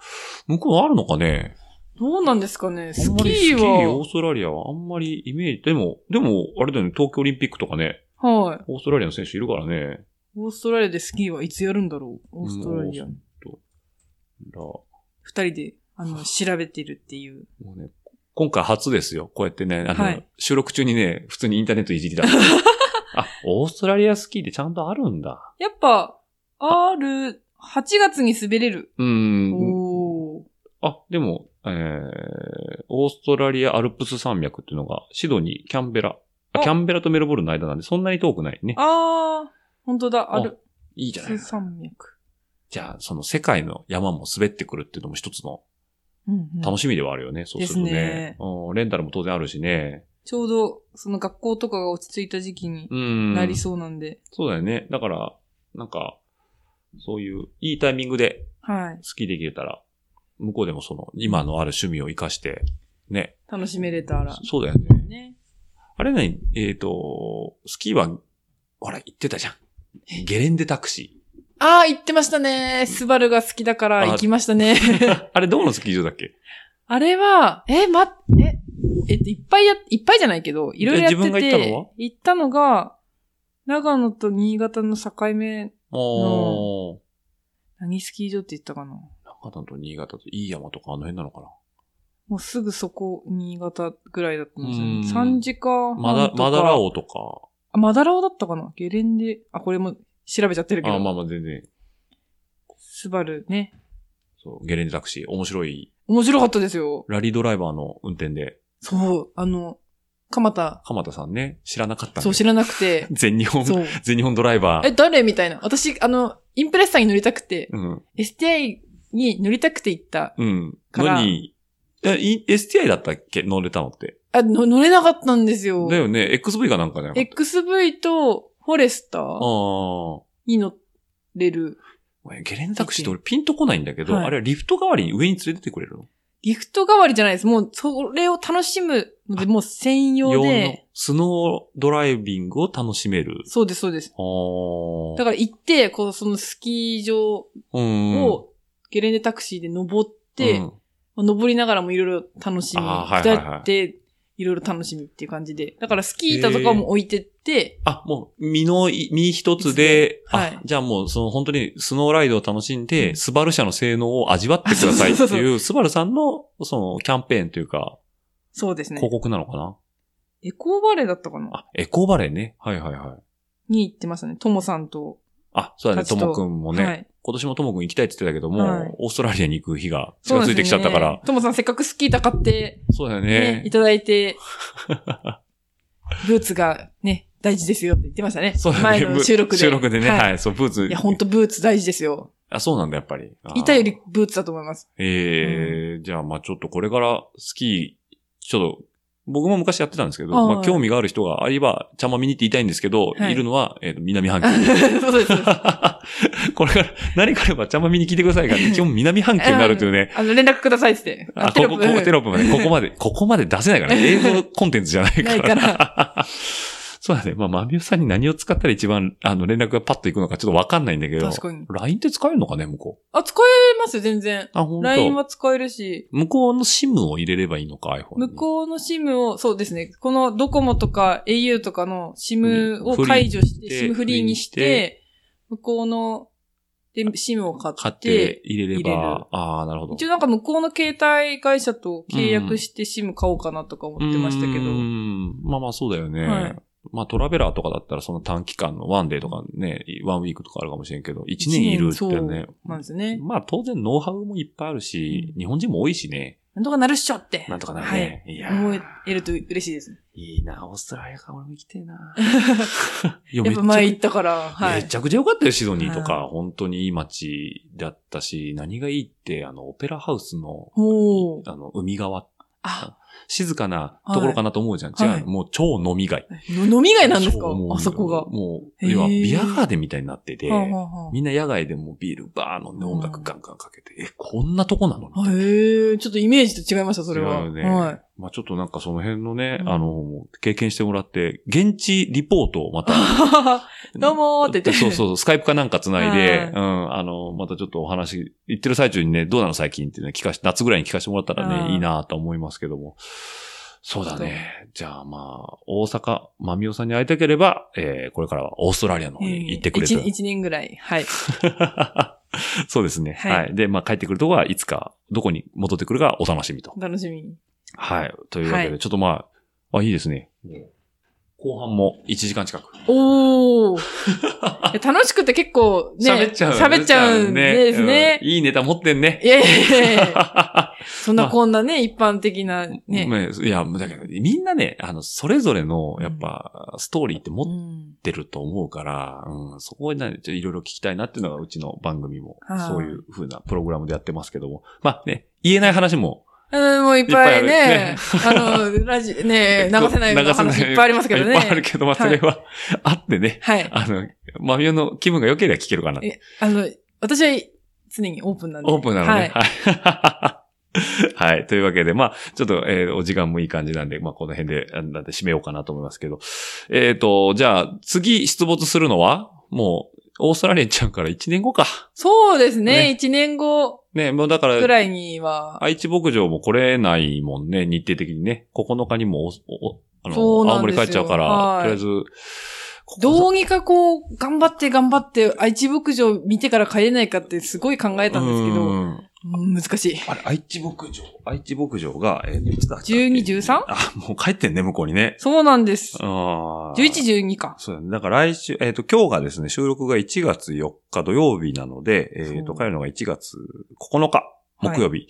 [SPEAKER 2] 向こうはあるのかね
[SPEAKER 3] どうなんですかね。
[SPEAKER 2] あ
[SPEAKER 3] ス
[SPEAKER 2] んまり
[SPEAKER 3] キ
[SPEAKER 2] ス
[SPEAKER 3] ー
[SPEAKER 2] キー、オー
[SPEAKER 3] は。
[SPEAKER 2] ストラリアはあんまりイメージ、でも、でも、あれだよね、東京オリンピックとかね、
[SPEAKER 3] はい。
[SPEAKER 2] オーストラリアの選手いるからね。
[SPEAKER 3] オーストラリアでスキーはいつやるんだろう。オーストラリア
[SPEAKER 2] う。ん。オーストラリア
[SPEAKER 3] 二人で、あの、調べてるっていう。
[SPEAKER 2] もうね、今回初ですよ。こうやってね、あの、
[SPEAKER 3] はい
[SPEAKER 2] 収録中にね、普通にインターネットいじ りだ。あ、オーストラリアスキーってちゃんとあるんだ。
[SPEAKER 3] やっぱ、ある、8月に滑れる。
[SPEAKER 2] うーん。
[SPEAKER 3] おお。
[SPEAKER 2] あ、でも、えー、オーストラリアアルプス山脈っていうのが、シドニー、キャンベラ。あ
[SPEAKER 3] あ
[SPEAKER 2] キャンベラとメルボルンの間なんで、そんなに遠くないね。
[SPEAKER 3] あー、本当だ、ある。
[SPEAKER 2] いいじゃない。
[SPEAKER 3] 山脈。
[SPEAKER 2] じゃあ、その世界の山も滑ってくるっていうのも一つの
[SPEAKER 3] うん、うん。
[SPEAKER 2] 楽しみではあるよね、そうするとね
[SPEAKER 3] ですね
[SPEAKER 2] うん。レンタルも当然あるしね。
[SPEAKER 3] ちょうど、その学校とかが落ち着いた時期に
[SPEAKER 2] うん。
[SPEAKER 3] なりそうなんで。
[SPEAKER 2] そうだよね。だから、なんか、そういう、いいタイミングで
[SPEAKER 3] はい。
[SPEAKER 2] 好きできれたら、向こうでもその、今のある趣味を活かして、ね。
[SPEAKER 3] 楽しめれたら。
[SPEAKER 2] そうだよね。
[SPEAKER 3] ね。
[SPEAKER 2] あれね、えっ、と、スキーは、ほら、言ってたじゃん。ゲレンデタクシ
[SPEAKER 3] あー、行ってましたね。スバルが好きだから行きました ね。
[SPEAKER 2] ー。あれ、どこのスキー場だ っけ
[SPEAKER 3] あれは、え、ま、え、えっと、いっぱいや、いっぱいじゃないけど、いろいろやってて。
[SPEAKER 2] 自分が行ったのは
[SPEAKER 3] 行ったのが、長野と新潟の境目、
[SPEAKER 2] おー。
[SPEAKER 3] 何スキー場って言ったかな
[SPEAKER 2] 長野と新潟といい山とかあの辺なのかな
[SPEAKER 3] もうすぐそこ、新潟ぐらいだったんですよ
[SPEAKER 2] うん
[SPEAKER 3] ね。3時間
[SPEAKER 2] ま
[SPEAKER 3] 半
[SPEAKER 2] だ
[SPEAKER 3] と、か。
[SPEAKER 2] まだらおとか。
[SPEAKER 3] あ、マダラオだったかなゲレンデ。あ、これも調べちゃってるけ
[SPEAKER 2] あ、まあ
[SPEAKER 3] ど。
[SPEAKER 2] まあ全然。
[SPEAKER 3] スバルね。
[SPEAKER 2] そう、ゲレンデタクシー。面白い。
[SPEAKER 3] 面白かったですよ。
[SPEAKER 2] ラリードライバーの運転で、
[SPEAKER 3] そう、あの、蒲田、
[SPEAKER 2] 鎌田さんね、知らなかったんで。
[SPEAKER 3] そう知らなくて
[SPEAKER 2] 全日本、
[SPEAKER 3] そう。
[SPEAKER 2] 全日本ドライバー。
[SPEAKER 3] え、誰みたいな。私、あの、インプレッサーに乗りたくて、
[SPEAKER 2] うん。
[SPEAKER 3] STI に乗りたくて行った。
[SPEAKER 2] うん。
[SPEAKER 3] から
[SPEAKER 2] のに、えい STI だったっけ乗れたのって。
[SPEAKER 3] あ、の乗れなかったんですよ
[SPEAKER 2] だ。よね。XV かなんかじゃなかった
[SPEAKER 3] XV とフォレスタ
[SPEAKER 2] ああ
[SPEAKER 3] ーに乗れる。
[SPEAKER 2] ー。ゲレンデタクシーって俺ピンとこないんだけど、
[SPEAKER 3] はい
[SPEAKER 2] あれはリフト代わりに上に連れてってくれるの
[SPEAKER 3] ギフト代わりじゃないです。もう、それを楽しむので、もう専用
[SPEAKER 2] の
[SPEAKER 3] で。
[SPEAKER 2] スノードライビングを楽しめる。
[SPEAKER 3] そうです、そうです。
[SPEAKER 2] ああ。
[SPEAKER 3] だから行って、こう、そのスキー場
[SPEAKER 2] ら、うん。
[SPEAKER 3] をゲレンデタクシーで登って、
[SPEAKER 2] うん
[SPEAKER 3] まあ登りながらもいろいろ楽しみ、
[SPEAKER 2] あーはいはいはい
[SPEAKER 3] 下って、いろいろ楽しみっていう感じで。だからスキー板とかも置いてって、
[SPEAKER 2] あ、もう、身のい、身一つで、
[SPEAKER 3] 一つではい
[SPEAKER 2] あ、じゃあもう、その本当にスノーライドを楽しんで、
[SPEAKER 3] うん
[SPEAKER 2] スバル社の性能を味わってくださいって
[SPEAKER 3] そうそう
[SPEAKER 2] いう、スバルさんの、その、キャンペーンというか、
[SPEAKER 3] そうですね
[SPEAKER 2] 広。告なのかな、
[SPEAKER 3] エコーバレーだったかな
[SPEAKER 2] あ、エコーバレーね。はいはいはい。
[SPEAKER 3] に行ってましたね。ともさんと。
[SPEAKER 2] あ、そうだね、
[SPEAKER 3] たち
[SPEAKER 2] と
[SPEAKER 3] と
[SPEAKER 2] もくんもね、
[SPEAKER 3] はい。
[SPEAKER 2] 今年もともくん行きたいって言ってたけども、
[SPEAKER 3] はい
[SPEAKER 2] オーストラリアに行く日が
[SPEAKER 3] そ
[SPEAKER 2] 近
[SPEAKER 3] うなん
[SPEAKER 2] づ
[SPEAKER 3] で
[SPEAKER 2] い
[SPEAKER 3] す
[SPEAKER 2] てきちゃったから
[SPEAKER 3] よね。ともさんせっかくスキー板買って、
[SPEAKER 2] そうだよ
[SPEAKER 3] ね
[SPEAKER 2] ね。
[SPEAKER 3] いただいて、 ブーツがね、大事ですよって言ってましたね。
[SPEAKER 2] そうだね。
[SPEAKER 3] 前の収録で。
[SPEAKER 2] 収録でね、はい、
[SPEAKER 3] はい。
[SPEAKER 2] そう、ブーツ。
[SPEAKER 3] いや、本当ブーツ大事ですよ。
[SPEAKER 2] あ、そうなんだ、やっぱり。あー
[SPEAKER 3] 板よりブーツだと思います。
[SPEAKER 2] ええじゃあ、まあちょっとこれからスキー、ちょっと、僕も昔やってたんですけど、
[SPEAKER 3] はい
[SPEAKER 2] まあ興味がある人があれば、ちゃんま見に行って言いたいんですけど、
[SPEAKER 3] はい
[SPEAKER 2] い、るのは、えっ、と、南半
[SPEAKER 3] そ
[SPEAKER 2] 球。
[SPEAKER 3] うです。そうです
[SPEAKER 2] これから、何かあればちゃんま見に来てくださいが、基本南半球になるというね。
[SPEAKER 3] あの、連絡くださいって言って。
[SPEAKER 2] あ、ここ、ここテロップまで、ここ まで、ここまで出せないからね。映像コンテンツじゃないから。
[SPEAKER 3] ないか
[SPEAKER 2] そうだね。まあ、マミオさんに何を使ったら一番、あの、連絡がパッと行くのかちょっとわかんないんだけど。
[SPEAKER 3] 確かに。
[SPEAKER 2] LINE って使えるのかね、向こう。
[SPEAKER 3] あ、使えますよ、全然。
[SPEAKER 2] あ、本当。
[SPEAKER 3] LINE は使えるし、
[SPEAKER 2] 向こうの SIM を入れればいいのか、iPhone に。
[SPEAKER 3] 向こうの SIM を、そうですね、このドコモとか au とかの
[SPEAKER 2] う
[SPEAKER 3] SIM
[SPEAKER 2] ん
[SPEAKER 3] を解除して、
[SPEAKER 2] フリーにして
[SPEAKER 3] SIM フ
[SPEAKER 2] フリ
[SPEAKER 3] リーにし
[SPEAKER 2] ーに
[SPEAKER 3] て、向こうので SIM を買
[SPEAKER 2] 買っ
[SPEAKER 3] ってて、
[SPEAKER 2] 入れれば、
[SPEAKER 3] 入れる
[SPEAKER 2] ああ、なるほど。
[SPEAKER 3] 一応なんか向こうの携帯会社と契約して SIM 買おうかなとか思ってましたけ
[SPEAKER 2] うー
[SPEAKER 3] ど、
[SPEAKER 2] んまあまあそうだよね。
[SPEAKER 3] はい
[SPEAKER 2] まあトラベラーとかだったらその短期間のワンデーとかね、ワンウィークとかあるかもしれんけど、一年いるって
[SPEAKER 3] そう
[SPEAKER 2] ね。
[SPEAKER 3] なんですよね。
[SPEAKER 2] まあ当然ノウハウもいっぱいあるし、
[SPEAKER 3] うん
[SPEAKER 2] 日本人も多いしね。
[SPEAKER 3] なんとかなるっしょって。
[SPEAKER 2] なんとかなるね。い、や
[SPEAKER 3] はい。思
[SPEAKER 2] ー
[SPEAKER 3] えると嬉しいですね。
[SPEAKER 2] いいな、オーストラリアか、俺も行きてえ な。いや
[SPEAKER 3] やっぱ前
[SPEAKER 2] め
[SPEAKER 3] 行っ
[SPEAKER 2] ちゃく
[SPEAKER 3] たから、は
[SPEAKER 2] め
[SPEAKER 3] い。
[SPEAKER 2] ちゃくちゃ良かったよ、シドニーと
[SPEAKER 3] は
[SPEAKER 2] か。本当にいい街だったし、何がいいって、あの、オペラハウスの、
[SPEAKER 3] おー。
[SPEAKER 2] あの、海側、
[SPEAKER 3] あ、
[SPEAKER 2] 静かなところかなと思うじゃん。
[SPEAKER 3] はい
[SPEAKER 2] 違うの、もう超飲み街。
[SPEAKER 3] の飲み街なんですか
[SPEAKER 2] そうもう
[SPEAKER 3] あそこが。は
[SPEAKER 2] もう、
[SPEAKER 3] へー
[SPEAKER 2] 要はビアガーデンみたいになってて
[SPEAKER 3] あ、は
[SPEAKER 2] みんな野外でもうビールバー飲んで
[SPEAKER 3] うん
[SPEAKER 2] 音楽ガンガンかけて、え、こんなとこなの
[SPEAKER 3] あはあへえ、ちょっとイメージと違いました、それは。
[SPEAKER 2] 違うよね
[SPEAKER 3] はい。
[SPEAKER 2] まあちょっとなんかその辺のね、
[SPEAKER 3] うん
[SPEAKER 2] あの、経験してもらって、現地リポートを また、
[SPEAKER 3] どうもーって言っ て。
[SPEAKER 2] そうそうそう、スカイプかなんか繋い
[SPEAKER 3] は
[SPEAKER 2] で
[SPEAKER 3] い、
[SPEAKER 2] うん、あの、またちょっとお話、言ってる最中にね、どうなの最近ってね、聞かし、夏ぐらいに聞かせてもらったら
[SPEAKER 3] うん
[SPEAKER 2] ね、いいなと思いますけども。そうだね。じゃあまあ、大阪、まみおさんに会いたければ、えー、これからはオーストラリアの方に行ってくれ
[SPEAKER 3] 一
[SPEAKER 2] と。
[SPEAKER 3] 一年ぐらい。はい。
[SPEAKER 2] そうですね。
[SPEAKER 3] はい
[SPEAKER 2] はい。で、まあ帰ってくるとこはいつか、どこに戻ってくるかお楽しみと
[SPEAKER 3] お。楽しみに。
[SPEAKER 2] はい。というわけ
[SPEAKER 3] は
[SPEAKER 2] で、ちょっとまあ、あ、いいですね。後半も1時間近く。
[SPEAKER 3] おー。いや楽しくて結構ね、
[SPEAKER 2] 喋っちゃう。
[SPEAKER 3] 喋っちゃうんですね
[SPEAKER 2] う。んいいネタ持ってんね。
[SPEAKER 3] いやいやいやいやそんなこんなね、一般的 なね。
[SPEAKER 2] ね、いや、だけど、みんなね、あの、それぞれの、やっぱ、ストーリーって持
[SPEAKER 3] う
[SPEAKER 2] っ
[SPEAKER 3] ん
[SPEAKER 2] てると思うから、うん、そこにね、ちょっといろいろ聞きたいなっていうのが、うちの番組も
[SPEAKER 3] は、い
[SPEAKER 2] そういう風なプログラムでやってますけども、まあね、言えない話も、
[SPEAKER 3] うん、もういっぱい
[SPEAKER 2] い
[SPEAKER 3] ね、あの、ラジ、ね、流せないような話いっぱいありますけど
[SPEAKER 2] いっぱいある
[SPEAKER 3] ね。
[SPEAKER 2] けど、まあ、それは、あってね、
[SPEAKER 3] はい。
[SPEAKER 2] あの、マミオの気分が良ければ聞けるかなって。
[SPEAKER 3] えあの、私は常にオープンなんで。
[SPEAKER 2] オープンなのね。
[SPEAKER 3] はい。
[SPEAKER 2] はい。 はい。というわけで、まあ、ちょっと、えーお時間もいい感じなんで、まあ、この辺で、あなんで締めようかなと思いますけど。えっ、と、じゃあ、次出没するのは、もう、オーストラリアに行っちゃうから1年後か。
[SPEAKER 3] そうです
[SPEAKER 2] ね
[SPEAKER 3] ね、一年後
[SPEAKER 2] ね、もうだか
[SPEAKER 3] ぐ
[SPEAKER 2] ら、
[SPEAKER 3] らいには。
[SPEAKER 2] 愛知牧場も来れないもんね、日程的にね。9日にもお、お、あの、
[SPEAKER 3] そうな
[SPEAKER 2] 青
[SPEAKER 3] んで
[SPEAKER 2] 森
[SPEAKER 3] すよ
[SPEAKER 2] 帰っちゃうから、
[SPEAKER 3] はい
[SPEAKER 2] とりあえず、ここ
[SPEAKER 3] どうにかこう、頑張って頑張って、愛知牧場見てから帰れないかってすごい考えたんですけ
[SPEAKER 2] う
[SPEAKER 3] ど、
[SPEAKER 2] ん
[SPEAKER 3] うん難しい。
[SPEAKER 2] あれ、愛知牧場愛知牧場が、えっ、と、いつだっけ
[SPEAKER 3] 12 13
[SPEAKER 2] あ、もう帰ってんね、向こうにね。
[SPEAKER 3] そうなんです。
[SPEAKER 2] ああ。
[SPEAKER 3] 11、12か。
[SPEAKER 2] そうだね。だから来週、えっ、と、今日がですね、収録が1月4日土曜日なので、えっ、
[SPEAKER 3] そ
[SPEAKER 2] と、
[SPEAKER 3] う
[SPEAKER 2] 帰るのが1月9日木曜日。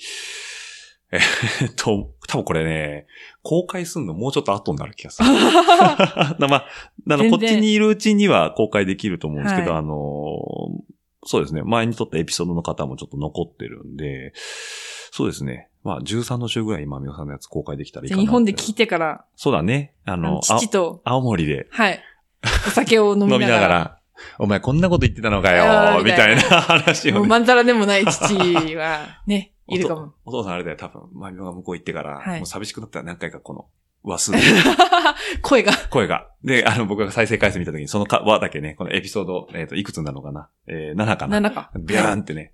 [SPEAKER 2] えーっと、多分これね、公開すんのもうちょっと後になる気が する。 なまあ、あの、
[SPEAKER 3] 全然
[SPEAKER 2] こっちにいるうちには公開できると思うんですけど、
[SPEAKER 3] はい
[SPEAKER 2] あのーそうですね、前に撮ったエピソードの方もちょっと残ってるんで、そうですね。まあ、13の週ぐらい今、皆さんのやつ公開できたらいい
[SPEAKER 3] じ
[SPEAKER 2] か
[SPEAKER 3] ゃあ
[SPEAKER 2] な
[SPEAKER 3] 日本で
[SPEAKER 2] き
[SPEAKER 3] 聞いてから、
[SPEAKER 2] そうだね。あ
[SPEAKER 3] あ
[SPEAKER 2] の
[SPEAKER 3] の、
[SPEAKER 2] あ
[SPEAKER 3] 父と、
[SPEAKER 2] 青森で
[SPEAKER 3] はい。お酒を飲み
[SPEAKER 2] 飲
[SPEAKER 3] な
[SPEAKER 2] み
[SPEAKER 3] が
[SPEAKER 2] な
[SPEAKER 3] ら。
[SPEAKER 2] がら、お前こんなこと言ってたのか
[SPEAKER 3] あ
[SPEAKER 2] よ、
[SPEAKER 3] ー
[SPEAKER 2] み
[SPEAKER 3] み
[SPEAKER 2] た
[SPEAKER 3] た
[SPEAKER 2] い
[SPEAKER 3] い
[SPEAKER 2] な
[SPEAKER 3] な
[SPEAKER 2] 話
[SPEAKER 3] も
[SPEAKER 2] を
[SPEAKER 3] う
[SPEAKER 2] ね。
[SPEAKER 3] まんざらでもない父は、 ね、いるかも。
[SPEAKER 2] お父さんあれだよ、多分、マミオが向こう行ってから、
[SPEAKER 3] はい
[SPEAKER 2] もう寂しくなったら何回かこの、和 数の
[SPEAKER 3] 声が。
[SPEAKER 2] 声が。で、あの、僕が再生回数見た時に、そのか和だけね、このエピソード、えっ、と、いくつなのかなえー、7かな
[SPEAKER 3] 7か。
[SPEAKER 2] ビャーンってね。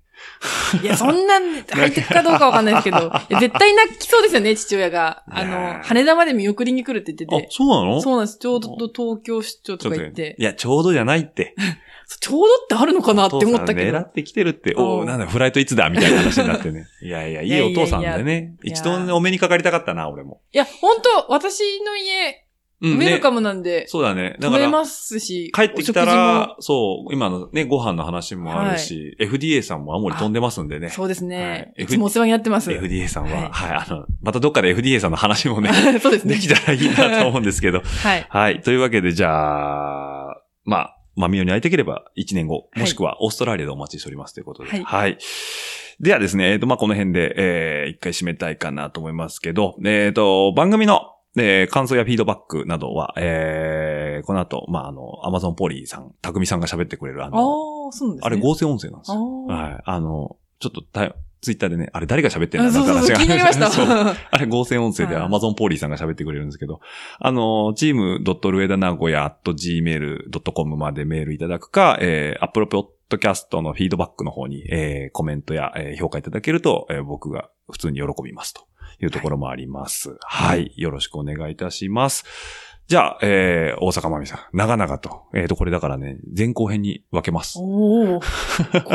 [SPEAKER 3] いや、そんなん入ってくかどうかわかんないですけど、いや絶対泣きそうですよね、父親が。あ
[SPEAKER 2] いやー
[SPEAKER 3] の、羽田まで見送りに来るって言
[SPEAKER 2] あ
[SPEAKER 3] って、て。
[SPEAKER 2] そうなの
[SPEAKER 3] そうなんです。ちょうど東京出張
[SPEAKER 2] ちょ
[SPEAKER 3] と
[SPEAKER 2] っ
[SPEAKER 3] か
[SPEAKER 2] と
[SPEAKER 3] 行っ
[SPEAKER 2] ね
[SPEAKER 3] て、
[SPEAKER 2] いや、ちょうどじゃないって。
[SPEAKER 3] ちょうどってあるのかなって思
[SPEAKER 2] お
[SPEAKER 3] ったけ
[SPEAKER 2] 父さん狙
[SPEAKER 3] ど。
[SPEAKER 2] ってきてるって、お
[SPEAKER 3] う
[SPEAKER 2] お
[SPEAKER 3] ん
[SPEAKER 2] なんだ、フライトいつだみたいな話になって ね。いやいや、い
[SPEAKER 3] いや
[SPEAKER 2] い
[SPEAKER 3] いやい
[SPEAKER 2] お
[SPEAKER 3] や
[SPEAKER 2] 父さんだよね。
[SPEAKER 3] いや
[SPEAKER 2] 一度ねお目にかかりたかったな、俺も。
[SPEAKER 3] いや、本当私の家、
[SPEAKER 2] う
[SPEAKER 3] ウ
[SPEAKER 2] ん、ね
[SPEAKER 3] ェルカムなんで、
[SPEAKER 2] そうだね。だ
[SPEAKER 3] 止
[SPEAKER 2] から
[SPEAKER 3] めますし、
[SPEAKER 2] 帰ってきた
[SPEAKER 3] お食事
[SPEAKER 2] ら
[SPEAKER 3] も、
[SPEAKER 2] そう、今のね、ご飯の話もあるし、FDA さんも青森飛んでますんでね。
[SPEAKER 3] そうですね。
[SPEAKER 2] はい
[SPEAKER 3] いつもお世話になって ます。
[SPEAKER 2] FDA さんは、
[SPEAKER 3] は
[SPEAKER 2] はい、あの、またどっかで FDA さんの話もね、
[SPEAKER 3] そうです
[SPEAKER 2] で
[SPEAKER 3] ね。
[SPEAKER 2] きたらいいなと思うんですけど。
[SPEAKER 3] はい。
[SPEAKER 2] はい。というわけで、じゃあ、まあ、まあ、ミオに会いたければ1年後、
[SPEAKER 3] い
[SPEAKER 2] もしくはオーストラリアでお待ちしておりますということで。は。
[SPEAKER 3] はいい
[SPEAKER 2] ではですね、えっ、と、まあ、この辺で、えー、一回締めたいかなと思いますけど、えっ、と、番組の、えー、感想やフィードバックなどは、えー、この後、まあ、あの、アマゾンポリーさん、たくみさんが喋ってくれる、あ
[SPEAKER 3] ああ
[SPEAKER 2] の、
[SPEAKER 3] ー、そうなんです
[SPEAKER 2] あ
[SPEAKER 3] ね。
[SPEAKER 2] れ合成音声なんですよ。
[SPEAKER 3] あ
[SPEAKER 2] はい。あの、ちょっとた、ツイッターでね、あれ誰が喋って
[SPEAKER 3] ー
[SPEAKER 2] る
[SPEAKER 3] あ。
[SPEAKER 2] んだ
[SPEAKER 3] そうそうそう、気になりまし た。
[SPEAKER 2] そう
[SPEAKER 3] は
[SPEAKER 2] あれ合成音声で
[SPEAKER 3] はい
[SPEAKER 2] Amazon ポーリーさんが喋ってくれるんですけど、あの、チーム r u e d a n a g o y a .gmail.com までメールいただくか、えー、Apple Podcast のフィードバックの方に、えー、コメントや、えー評価いただけると、えー僕が普通に喜びますというところもあります。はい。よろしくお願いいたします。じゃあ、えー、大阪まみさん、長々と、えっ、と、これだからね、前後編に分けます。
[SPEAKER 3] おお、こ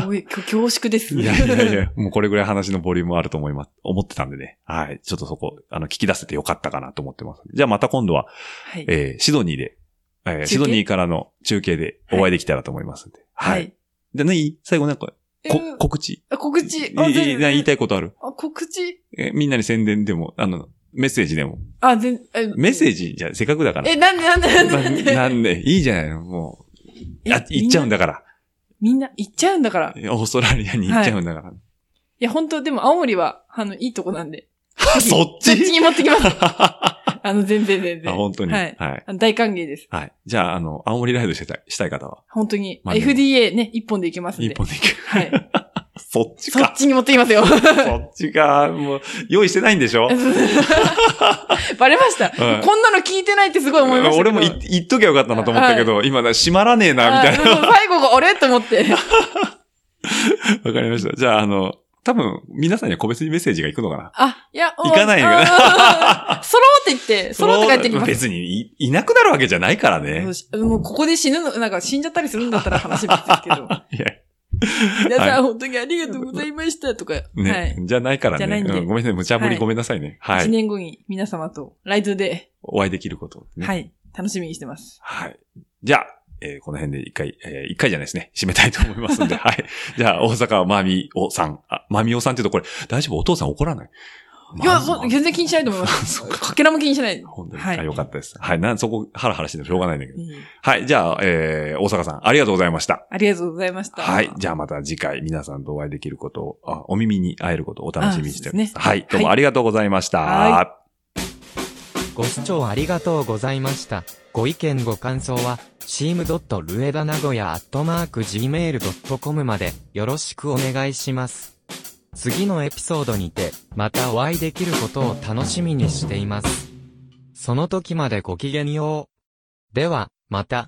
[SPEAKER 3] ういう恐恐縮です。
[SPEAKER 2] いやいやいや、もうこれぐらい話のボリュームあると思います、思ってたんでね。はい。ちょっとそこ、あの、聞き出せてよかったかなと思ってます。じゃあまた今度は、
[SPEAKER 3] はい。
[SPEAKER 2] えー、シドニーで、えー
[SPEAKER 3] 継
[SPEAKER 2] シドニーからの中継でお会いできたらと思いますんで。
[SPEAKER 3] は
[SPEAKER 2] はい。
[SPEAKER 3] い。
[SPEAKER 2] じゃあ何最後なんか、こ
[SPEAKER 3] えー、
[SPEAKER 2] 告知。
[SPEAKER 3] あ告知。
[SPEAKER 2] いい
[SPEAKER 3] あ全
[SPEAKER 2] いい
[SPEAKER 3] 然
[SPEAKER 2] な言いたいことある
[SPEAKER 3] あ告知
[SPEAKER 2] えみんなに宣伝でも、あの、メッセージでも。
[SPEAKER 3] あ、全、え
[SPEAKER 2] メッセージじゃ、せっかくだから。
[SPEAKER 3] え、なんでなんでな
[SPEAKER 2] な
[SPEAKER 3] んでなんで
[SPEAKER 2] なんで、いいじゃないの、もう。あ、行っちゃうん
[SPEAKER 3] だ。
[SPEAKER 2] だから。
[SPEAKER 3] みんな行っちゃうんだから。い
[SPEAKER 2] オーストラリアに行っちゃうんだから。
[SPEAKER 3] や、本当でも青森は、あの、いいとこな んで。
[SPEAKER 2] そっ
[SPEAKER 3] そっち
[SPEAKER 2] ち
[SPEAKER 3] に持ってきます。
[SPEAKER 2] あ、
[SPEAKER 3] あの、全然全然。
[SPEAKER 2] 本当に。
[SPEAKER 3] は
[SPEAKER 2] はいい。はい。
[SPEAKER 3] あの大歓迎です。
[SPEAKER 2] じゃあ、あの、青森ライドしてたしたい方は、
[SPEAKER 3] 本当に。
[SPEAKER 2] まあでも
[SPEAKER 3] FDA ね、一本で行けますん
[SPEAKER 2] 一
[SPEAKER 3] で。
[SPEAKER 2] 本で行く。
[SPEAKER 3] はい。
[SPEAKER 2] そっち
[SPEAKER 3] そっ
[SPEAKER 2] か。
[SPEAKER 3] ちに持って きますよ。
[SPEAKER 2] そっちか。もう、用意してないんでし ょ
[SPEAKER 3] バレました、
[SPEAKER 2] はい
[SPEAKER 3] こんなの聞いてないってすごい思いましたけど。
[SPEAKER 2] 俺もい言っときゃよかったなと思ったけど、今だ、閉まらねえな、みたいな。
[SPEAKER 3] あうん最後が俺と 思って。
[SPEAKER 2] わかりました。じゃあ、あの、多分、皆さんには個別にメッセージが行くのかな。
[SPEAKER 3] あ、いや、もう
[SPEAKER 2] 行かないよ
[SPEAKER 3] あーそろうって 言って、そろうって帰ってきます。
[SPEAKER 2] 別にい、いなくなるわけじゃないからね
[SPEAKER 3] も。うもうここで死ぬの、なんか死んじゃったりするんだったら話別ですけ ど。
[SPEAKER 2] いや、
[SPEAKER 3] 皆さん、
[SPEAKER 2] はい
[SPEAKER 3] 本当にありがとうございましたとか。
[SPEAKER 2] ね、
[SPEAKER 3] はい。
[SPEAKER 2] じゃないからね。
[SPEAKER 3] じゃないんで
[SPEAKER 2] うんごめんなさい、無茶ぶ
[SPEAKER 3] は
[SPEAKER 2] り
[SPEAKER 3] い
[SPEAKER 2] ごめんなさいね。は
[SPEAKER 3] 1
[SPEAKER 2] い。
[SPEAKER 3] 年後に皆様とライトで、
[SPEAKER 2] お会いできることをね、
[SPEAKER 3] はい、楽しみにしてます。
[SPEAKER 2] はい。じゃあ、えーこの辺で一回、えー一回じゃないですね。締めたいと思います んで、はい。じゃあ、大阪まみおさん。あ、まみおさんって言うとこれ、大丈夫お父さん怒らない
[SPEAKER 3] いや、
[SPEAKER 2] まみお
[SPEAKER 3] そ全然気にしないと思います。
[SPEAKER 2] そうか。
[SPEAKER 3] かけらも気にしない。
[SPEAKER 2] 本当に、
[SPEAKER 3] は
[SPEAKER 2] はいい、よかったです。はい。なん、そこ、ハラハラしててもしょうがないんだけど。
[SPEAKER 3] うん
[SPEAKER 2] はい。じゃあ、えー、大阪さん、ありがとうございました。
[SPEAKER 3] ありがとうございました。
[SPEAKER 2] はい。じゃあまた次回皆さんとお会いできることを、あお耳に会えることをお楽しみにしております。
[SPEAKER 3] あそうですね
[SPEAKER 2] はい。どうもありがとうございました。
[SPEAKER 3] は
[SPEAKER 4] ご視聴ありがとうございました。ご意見ご感想は、s e a m r u e d a n a g o y a g m a i l c o m までよろしくお願いします。次のエピソードにて、またお会いできることを楽しみにしています。その時までごきげんよう。では、また。